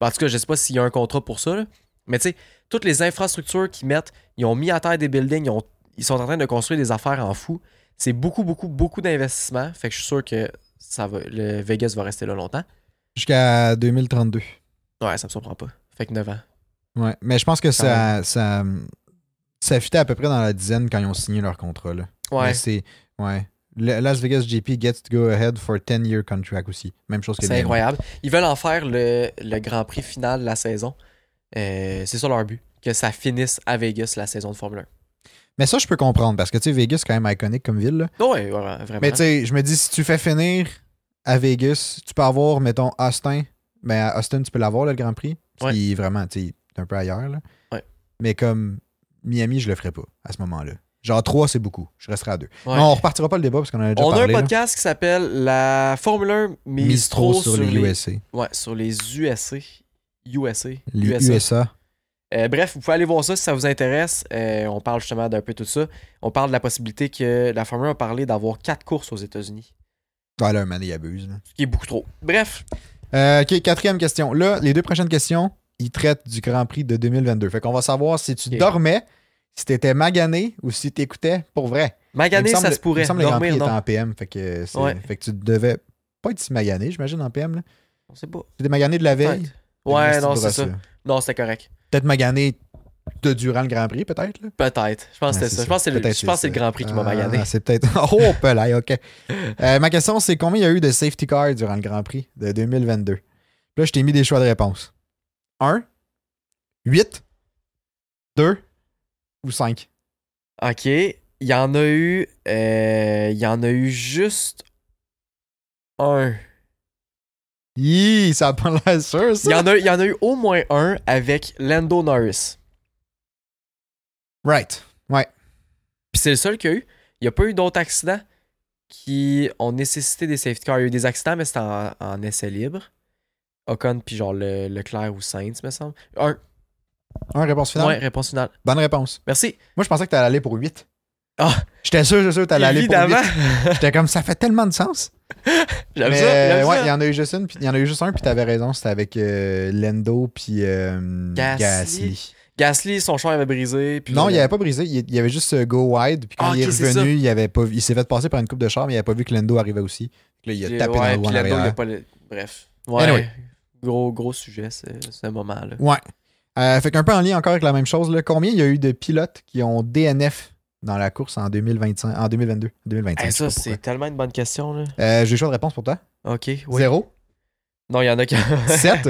S2: Ben, En tout cas, je sais pas s'il y a un contrat pour ça. là. Mais tu sais, toutes les infrastructures qu'ils mettent, ils ont mis à terre des buildings, ils, ont- ils sont en train de construire des affaires en fou. C'est beaucoup, beaucoup, beaucoup d'investissements. Fait que je suis sûr que ça va, le Vegas va rester là longtemps.
S1: Jusqu'à 2032.
S2: Ouais, ça me surprend pas. Fait que 9 ans.
S1: Ouais. Mais je pense que ça, ça, ça fitait à peu près dans la dizaine quand ils ont signé leur contrat, là.
S2: Ouais,
S1: Mais c'est- ouais. Le- Las Vegas GP gets to go ahead for 10-year contract aussi. Même chose que
S2: c'est
S1: les-
S2: incroyable. Ils veulent en faire le, le Grand Prix final de la saison. Euh, c'est ça leur but, que ça finisse à Vegas la saison de Formule
S1: Mais ça, je peux comprendre parce que tu sais, Vegas, c'est quand même iconique comme ville. là.
S2: 1. Ouais, ouais, ouais, vraiment.
S1: Mais tu sais, je me dis, si tu fais finir à Vegas, tu peux avoir, mettons, Austin. Mais à Austin, tu peux l'avoir, là, le Grand Prix.
S2: Ouais.
S1: Qui est vraiment, tu sais, un peu ailleurs. Là.
S2: Ouais.
S1: Mais comme Miami, je le ferais pas à ce moment-là. Genre 3, c'est beaucoup. Je resterai à 2.
S2: Ouais.
S1: Non, on repartira pas le débat parce qu'on en a déjà
S2: On
S1: parlé.
S2: a un
S1: là.
S2: podcast qui s'appelle La Formule 1 mise,
S1: Mise trop sur, les
S2: les
S1: USA.
S2: Ouais, sur les USA. USA.
S1: Les
S2: USA.
S1: USA.
S2: Euh, bref, vous pouvez aller voir ça si ça vous intéresse. Euh, on parle justement d'un peu tout ça. On parle de la possibilité que la Formule 1 a parlé d'avoir quatre courses aux États-Unis,
S1: Ouais, là, un moment, il abuse. là.
S2: ce qui est beaucoup trop. Bref,
S1: Euh, OK, quatrième question. Là, les deux prochaines questions, ils traitent du Grand Prix de 2022. Fait qu'on va savoir si tu
S2: Ok.
S1: dormais, si t'étais magané ou si t'écoutais pour vrai.
S2: maganer,
S1: Il me semble-
S2: ça se
S1: Il
S2: pourrait.
S1: me semble que le Grand Prix
S2: Dormir,
S1: était
S2: non.
S1: en PM, fait que, c'est-
S2: Ouais.
S1: fait que tu devais pas être si magané, j'imagine, en PM. Là.
S2: On sait pas.
S1: T'étais magané de la
S2: Peut-être.
S1: veille.
S2: Ouais,
S1: C'était
S2: non,
S1: une
S2: c'est
S1: petite
S2: ça.
S1: brosse, là.
S2: Non, c'était correct.
S1: Peut-être magané de durant le Grand Prix, peut-être. là.
S2: Peut-être. Je pense que
S1: Ouais,
S2: c'était ça. Je pense que c'est le,
S1: Peut-être
S2: je pense que c'est le
S1: ça.
S2: Grand Prix qui m'a
S1: Ah,
S2: magané.
S1: C'est peut-être. Oh, pelaille, OK. Euh, ma question, c'est combien il y a eu de safety car durant le Grand Prix de 2022? Puis Là, je t'ai mis des choix de réponse. 1, 8, 2 ou 5.
S2: Ok. Il y en a eu. euh, il y en a eu juste un.
S1: Hi, ça a pas l'air sûr, ça.
S2: Il y, en a, il y en a eu au moins un avec Lando Norris.
S1: Right.
S2: Puis c'est le seul qu'il y a eu. Il n'y a pas eu d'autres accidents qui ont nécessité des safety cars. Il y a eu des accidents, mais c'était en, en essai libre. Ocon, puis genre le, Leclerc ou Sainz, me semble. Un.
S1: Un réponse finale.
S2: Ouais, réponse finale.
S1: Bonne réponse.
S2: Merci.
S1: Moi, je pensais que t'allais aller pour 8.
S2: Ah.
S1: J'étais sûr, j'étais sûr que t'allais aller pour 8.
S2: Évidemment.
S1: J'étais comme, ça fait tellement de sens.
S2: J'aime
S1: Mais,
S2: ça.
S1: euh,
S2: j'aime
S1: ouais,
S2: ça.
S1: il y en a eu juste une, puis il y en a eu juste un, puis t'avais raison, c'était avec euh, Lendo puis euh,
S2: Gasly.
S1: Gasly.
S2: Gasly, son champ avait brisé. Puis
S1: Non,
S2: là,
S1: il avait pas brisé, il, il y avait juste euh, Go Wide, puis quand
S2: Ah,
S1: il est
S2: ok, c'est
S1: revenu, il, avait pas, vu- il s'est fait passer par une coupe de char, mais il avait pas vu que Lendo arrivait aussi. Là, il a tapé
S2: ouais,
S1: dans le
S2: puis
S1: rond en
S2: Lando, il a
S1: arrière.
S2: pas le- Bref. Ouais.
S1: Anyway.
S2: Gros, gros sujet, ce, ce moment-là.
S1: Ouais. Euh, fait qu'un peu en lien encore avec la même chose, là, combien il y a eu de pilotes qui ont DNF dans la course en 2025, en 2022, 2025.
S2: Hey,
S1: je sais
S2: Eh, ça,
S1: pas pourquoi.
S2: c'est tellement une bonne question. Là.
S1: Euh, J'ai le choix de réponse pour toi.
S2: Ok. Oui.
S1: 0,
S2: Non, il y en a qui.
S1: 7,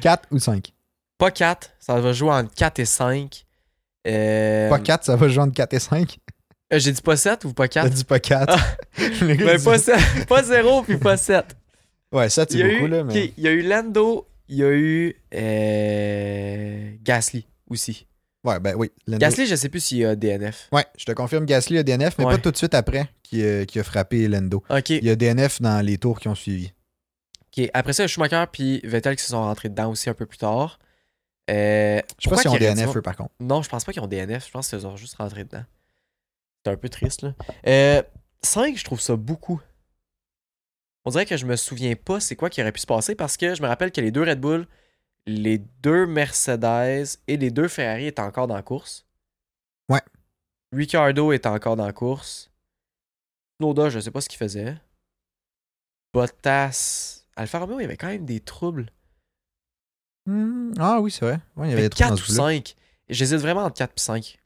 S1: 4 ou 5.
S2: Pas 4, ça va jouer entre 4 et 5. Euh,
S1: Pas 4, ça va jouer entre 4 et 5.
S2: euh, J'ai dit pas 7 ou pas
S1: T'as
S2: 4?
S1: dit pas 4. Le gars,
S2: Ben,
S1: il
S2: pas,
S1: dit-
S2: 7, pas 0 puis pas 7.
S1: Ouais, 7,
S2: Il y,
S1: c'est
S2: a
S1: beaucoup,
S2: eu,
S1: là, mais.
S2: ok, il y a eu Lando, il y a eu euh, Gasly aussi.
S1: Ouais, ben oui. Lando.
S2: Gasly, je sais plus s'il y a DNF.
S1: Ouais, je te confirme, Gasly a DNF, mais
S2: Ouais.
S1: pas tout de suite après qui, euh, qui a frappé Lando.
S2: Ok,
S1: Il y a DNF dans les tours qui ont suivi.
S2: ok. Après ça, il y a Schumacher puis Vettel qui se sont rentrés dedans aussi un peu plus tard.
S1: Je
S2: Euh,
S1: sais pas
S2: pourquoi
S1: si on
S2: qu'il y aurait
S1: DNF,
S2: du
S1: eux, par contre.
S2: Non, je pense pas qu'ils ont DNF. Je pense qu'ils ont juste rentré dedans. C'est un peu triste, là. Euh, 5, je trouve ça beaucoup. On dirait que je me souviens pas c'est quoi qui aurait pu se passer parce que je me rappelle que les deux Red Bull, les deux Mercedes et les deux Ferrari étaient encore dans la course.
S1: Ouais.
S2: Ricardo était encore dans la course. Noda, je sais pas ce qu'il faisait. Bottas. Alfa Romeo, il y avait quand même des troubles.
S1: Hmm, ah oui, c'est vrai. Ouais, il y avait des trous
S2: 4
S1: dans
S2: ou
S1: ce bout-là.
S2: 5. J'hésite vraiment entre 4 et 5.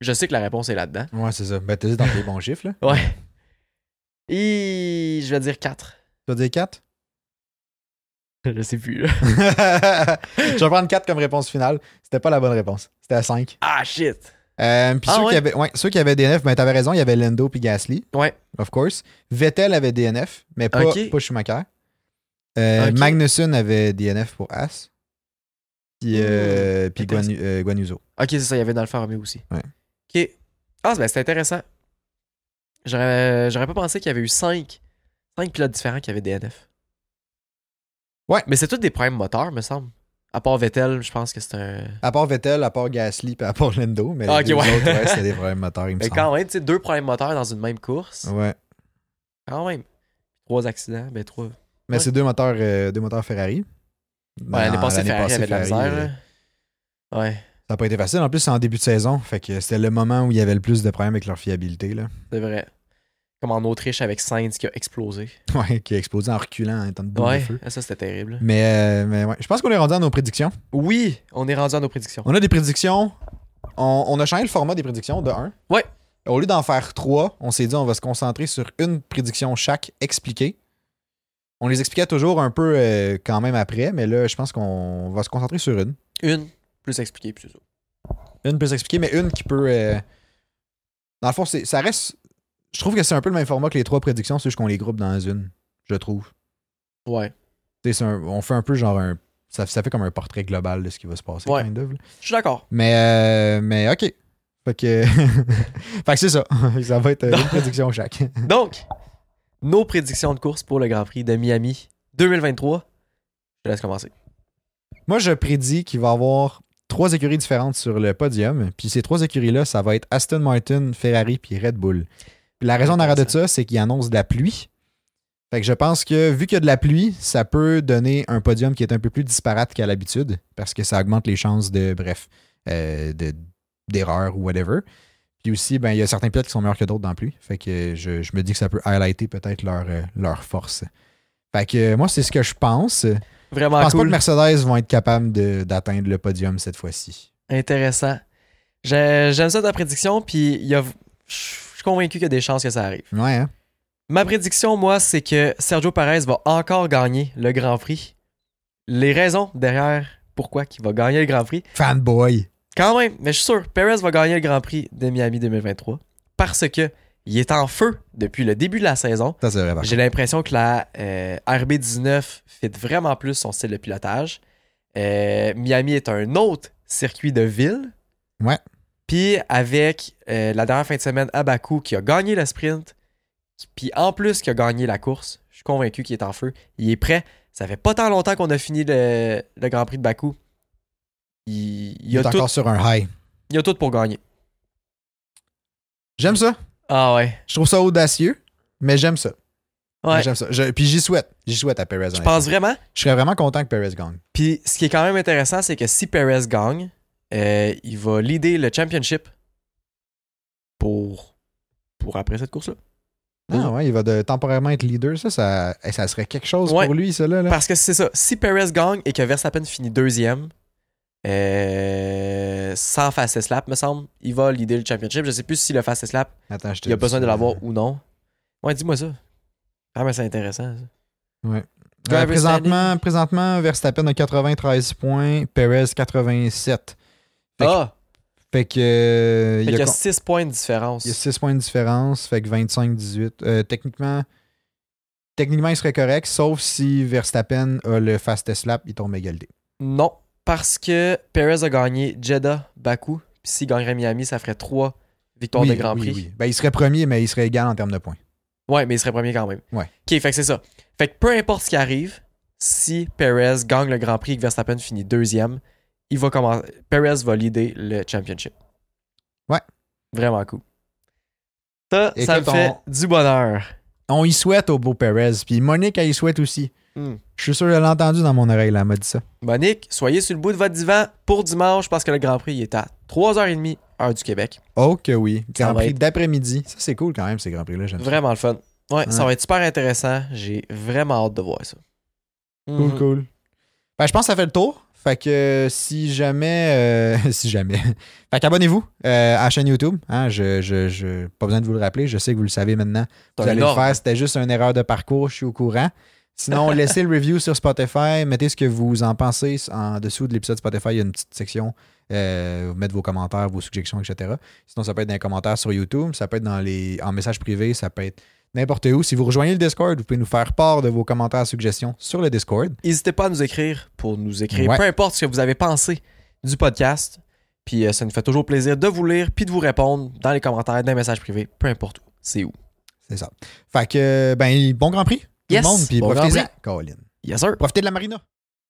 S2: Je sais que la réponse est là-dedans.
S1: Ouais, c'est ça. Ben, t'as dit dans les bons chiffres, là.
S2: Ouais. Et je vais dire 4.
S1: T'as dit 4
S2: Je sais plus. Là.
S1: Je vais prendre 4 comme réponse finale. C'était pas la bonne réponse. C'était à 5.
S2: Ah shit.
S1: Euh, puis
S2: Ah,
S1: ceux,
S2: ouais.
S1: qui avaient, ouais, ceux qui avaient DNF, ben, t'avais raison, il y avait Lando puis Gasly.
S2: Ouais.
S1: Of course. Vettel avait DNF, mais pas,
S2: Ok.
S1: pas Schumacher. Euh,
S2: Ok.
S1: Magnussen avait DNF pour As. Puis, euh, puis
S2: Intéressant.
S1: Guanu- euh, Guanuso.
S2: Ok, c'est ça, il y avait dans le Alfa Romeo aussi.
S1: Ouais.
S2: Ok. Ah, ben, c'est intéressant. J'aurais j'aurais pas pensé qu'il y avait eu 5 cinq pilotes différents qui avaient des NF.
S1: Ouais.
S2: Mais c'est tous des problèmes moteurs, me semble. À part Vettel, je pense que c'est un.
S1: À part Vettel, à part Gasly, puis à part Lando. Mais
S2: Ah,
S1: les
S2: ok,
S1: deux
S2: ouais.
S1: autres, ouais, c'était des problèmes moteurs, il me
S2: Mais
S1: semble. Oh.
S2: quand même, tu sais, deux problèmes moteurs dans une même course.
S1: Ouais.
S2: Quand même. Trois accidents, ben trois.
S1: Mais
S2: Ouais.
S1: c'est deux moteurs, euh, deux moteurs Ferrari.
S2: Ouais, l'année
S1: Dans-
S2: passée,
S1: l'année
S2: Ferrari
S1: passée,
S2: avait de la
S1: Ferrari,
S2: misère.
S1: euh,
S2: là. Ouais,
S1: Ça n'a pas été facile. En plus, c'est en début de saison. Fait que c'était le moment où il y avait le plus de problèmes avec leur fiabilité. Là.
S2: c'est vrai. Comme en Autriche avec Sainz qui a explosé.
S1: Ouais, qui a explosé en reculant, en étant de boule
S2: Ouais, Ah,
S1: de feu.
S2: ça c'était terrible.
S1: Mais, euh, mais ouais, je pense qu'on est rendu à nos prédictions.
S2: Oui, on est rendu à nos prédictions.
S1: On a des prédictions. On, on a changé le format des prédictions de 1.
S2: Ouais.
S1: Au lieu d'en faire trois, on s'est dit on va se concentrer sur une prédiction chaque expliquée. On les expliquait toujours un peu euh, quand même après, mais là, je pense qu'on va se concentrer sur une.
S2: Une, plus expliquée, puis c'est ça.
S1: Une peut s'expliquer, mais une qui peut. euh, Dans le fond, c'est- ça reste. Je trouve que c'est un peu le même format que les trois prédictions, c'est juste qu'on les groupe dans une, je trouve.
S2: Ouais.
S1: Tu sais, c'est un- on fait un peu genre un. Ça, ça fait comme un portrait global de ce qui va se passer,
S2: Ouais.
S1: kind of, là.
S2: Je suis d'accord.
S1: Mais, euh, mais ok. Fait que, fait que c'est ça. ça va être euh, une prédiction chaque.
S2: Donc, nos prédictions de course pour le Grand Prix de Miami 2023. Je te laisse commencer.
S1: Moi, je prédis qu'il va y avoir trois écuries différentes sur le podium. Puis ces trois écuries-là, ça va être Aston Martin, Ferrari, puis Red Bull. Puis la raison d'arrêt de ça, c'est qu'ils annoncent de la pluie. Fait que je pense que vu qu'il y a de la pluie, ça peut donner un podium qui est un peu plus disparate qu'à l'habitude parce que ça augmente les chances de, bref, euh, de- d'erreurs ou whatever. Puis aussi, ben, il y a certains pilotes qui sont meilleurs que d'autres dans la pluie. Fait que je, je me dis que ça peut highlighter peut-être leur, euh, leur force. Fait que euh, moi, c'est ce que je pense.
S2: Vraiment
S1: Je pense pas
S2: cool.
S1: que Mercedes vont être capables de- d'atteindre le podium cette fois-ci.
S2: Intéressant. J'ai- J'aime ça ta prédiction, puis il y a... je suis convaincu qu'il y a des chances que ça arrive.
S1: Ouais, hein?
S2: Ma prédiction, moi, c'est que Sergio Perez va encore gagner le Grand Prix. Les raisons derrière pourquoi il va gagner le Grand Prix,
S1: Fanboy.
S2: Quand même, mais je suis sûr, Perez va gagner le Grand Prix de Miami 2023 parce que il est en feu depuis le début de la saison.
S1: Ça, c'est vrai. par contre.
S2: J'ai l'impression que la euh, RB19 fit vraiment plus son style de pilotage. Euh, Miami est un autre circuit de ville.
S1: Ouais.
S2: Puis avec euh, la dernière fin de semaine à Bakou qui a gagné le sprint, puis en plus qui a gagné la course, je suis convaincu qu'il est en feu. Il est prêt. Ça fait pas tant longtemps qu'on a fini le, le Grand Prix de Bakou. Il, il
S1: Il
S2: a
S1: est
S2: tout
S1: encore sur un high.
S2: il y a tout pour gagner.
S1: J'aime ça.
S2: Ah ouais.
S1: Je trouve ça audacieux, mais j'aime ça.
S2: Ouais.
S1: J'aime ça. Je- puis j'y souhaite. J'y souhaite à Perez.
S2: Je
S1: honnêtement.
S2: pense vraiment.
S1: Je serais vraiment content que Perez gagne.
S2: Puis ce qui est quand même intéressant, c'est que si Perez gagne, euh, il va leader le championship pour, pour après cette course-là.
S1: Ah ouais, il va de, temporairement être leader. Ça, ça, eh, ça serait quelque chose
S2: Ouais.
S1: pour lui, ça. Là, là.
S2: Parce que c'est ça. Si Perez gagne et que Verstappen finit deuxième, euh, sans fast slap, me semble, il va leader le championship. Je sais plus si le fast slap,
S1: Attends, Ah, je te
S2: il a
S1: dis
S2: besoin de
S1: ça.
S2: l'avoir ou non. Ouais, dis-moi ça. Ah, mais c'est intéressant. ça.
S1: Euh,
S2: Driver
S1: présentement,
S2: standing.
S1: présentement, Verstappen a 93 points, Perez 87. Fait que-
S2: Ah!
S1: Fait que. euh,
S2: Fait
S1: il
S2: qu'il y a
S1: con-
S2: 6 points de différence.
S1: Il y a 6 points de différence, fait que 25-18. Euh, techniquement, techniquement, il serait correct, sauf si Verstappen a le fastest lap, il tombe à égalité.
S2: Non, parce que Perez a gagné Jeddah, Baku. Puis s'il gagnerait Miami, ça ferait trois victoires
S1: Oui,
S2: de Grand
S1: oui,
S2: Prix.
S1: oui. Ben, il serait premier, mais il serait égal en termes de points.
S2: Ouais, mais il serait premier quand même.
S1: Ouais.
S2: Ok, fait que c'est ça. Fait que peu importe ce qui arrive, si Perez gagne le Grand Prix et que Verstappen finit deuxième, il va commencer. Perez va leader le championship.
S1: Ouais.
S2: Vraiment cool. Ça,
S1: Écoute,
S2: ça me fait du bonheur.
S1: On y souhaite au beau Perez, puis Monique, elle y souhaite aussi.
S2: Hmm.
S1: Je suis sûr qu'elle l'a entendu dans mon oreille, là, elle m'a dit ça.
S2: Monique, soyez sur le bout de votre divan pour dimanche parce que le Grand Prix il est à 3h30, heure du Québec.
S1: Oh que oui.
S2: Ça
S1: Grand
S2: va
S1: Prix
S2: être-
S1: d'après-midi. Ça, c'est cool quand même, ces Grands Prix-là. j'aime ça.
S2: Vraiment le fun. Ouais, ça
S1: Ouais.
S2: va être super intéressant. J'ai vraiment hâte de voir ça.
S1: Cool,
S2: Mhm.
S1: cool. Ben, je pense que ça fait le tour. Fait que euh, si jamais. euh, si jamais. Fait qu'abonnez-vous euh, à la chaîne YouTube. Hein, je, je- je- pas besoin de vous le rappeler. Je sais que vous le savez maintenant.
S2: C'est
S1: Vous
S2: un
S1: allez
S2: énorme.
S1: le faire. C'était juste une erreur de parcours. Je suis au courant. Sinon, laissez le review sur Spotify. Mettez ce que vous en pensez. En dessous de l'épisode Spotify, il y a une petite section. Euh, vous mettez vos commentaires, vos suggestions, etc. Sinon, ça peut être dans les commentaires sur YouTube. Ça peut être dans les, en message privé. Ça peut être n'importe où. Si vous rejoignez le Discord, vous pouvez nous faire part de vos commentaires, suggestions sur le Discord.
S2: N'hésitez pas à nous écrire pour nous écrire,
S1: Ouais.
S2: peu importe ce que vous avez pensé du podcast. Puis euh, ça nous fait toujours plaisir de vous lire puis de vous répondre dans les commentaires, dans les messages privés, peu importe où. C'est où.
S1: C'est ça. Fait que, ben, bon Grand Prix, tout
S2: Yes,
S1: le monde, puis
S2: bon Grand
S1: profitez-en, Colin.
S2: Yes, sir.
S1: Profitez de la marina.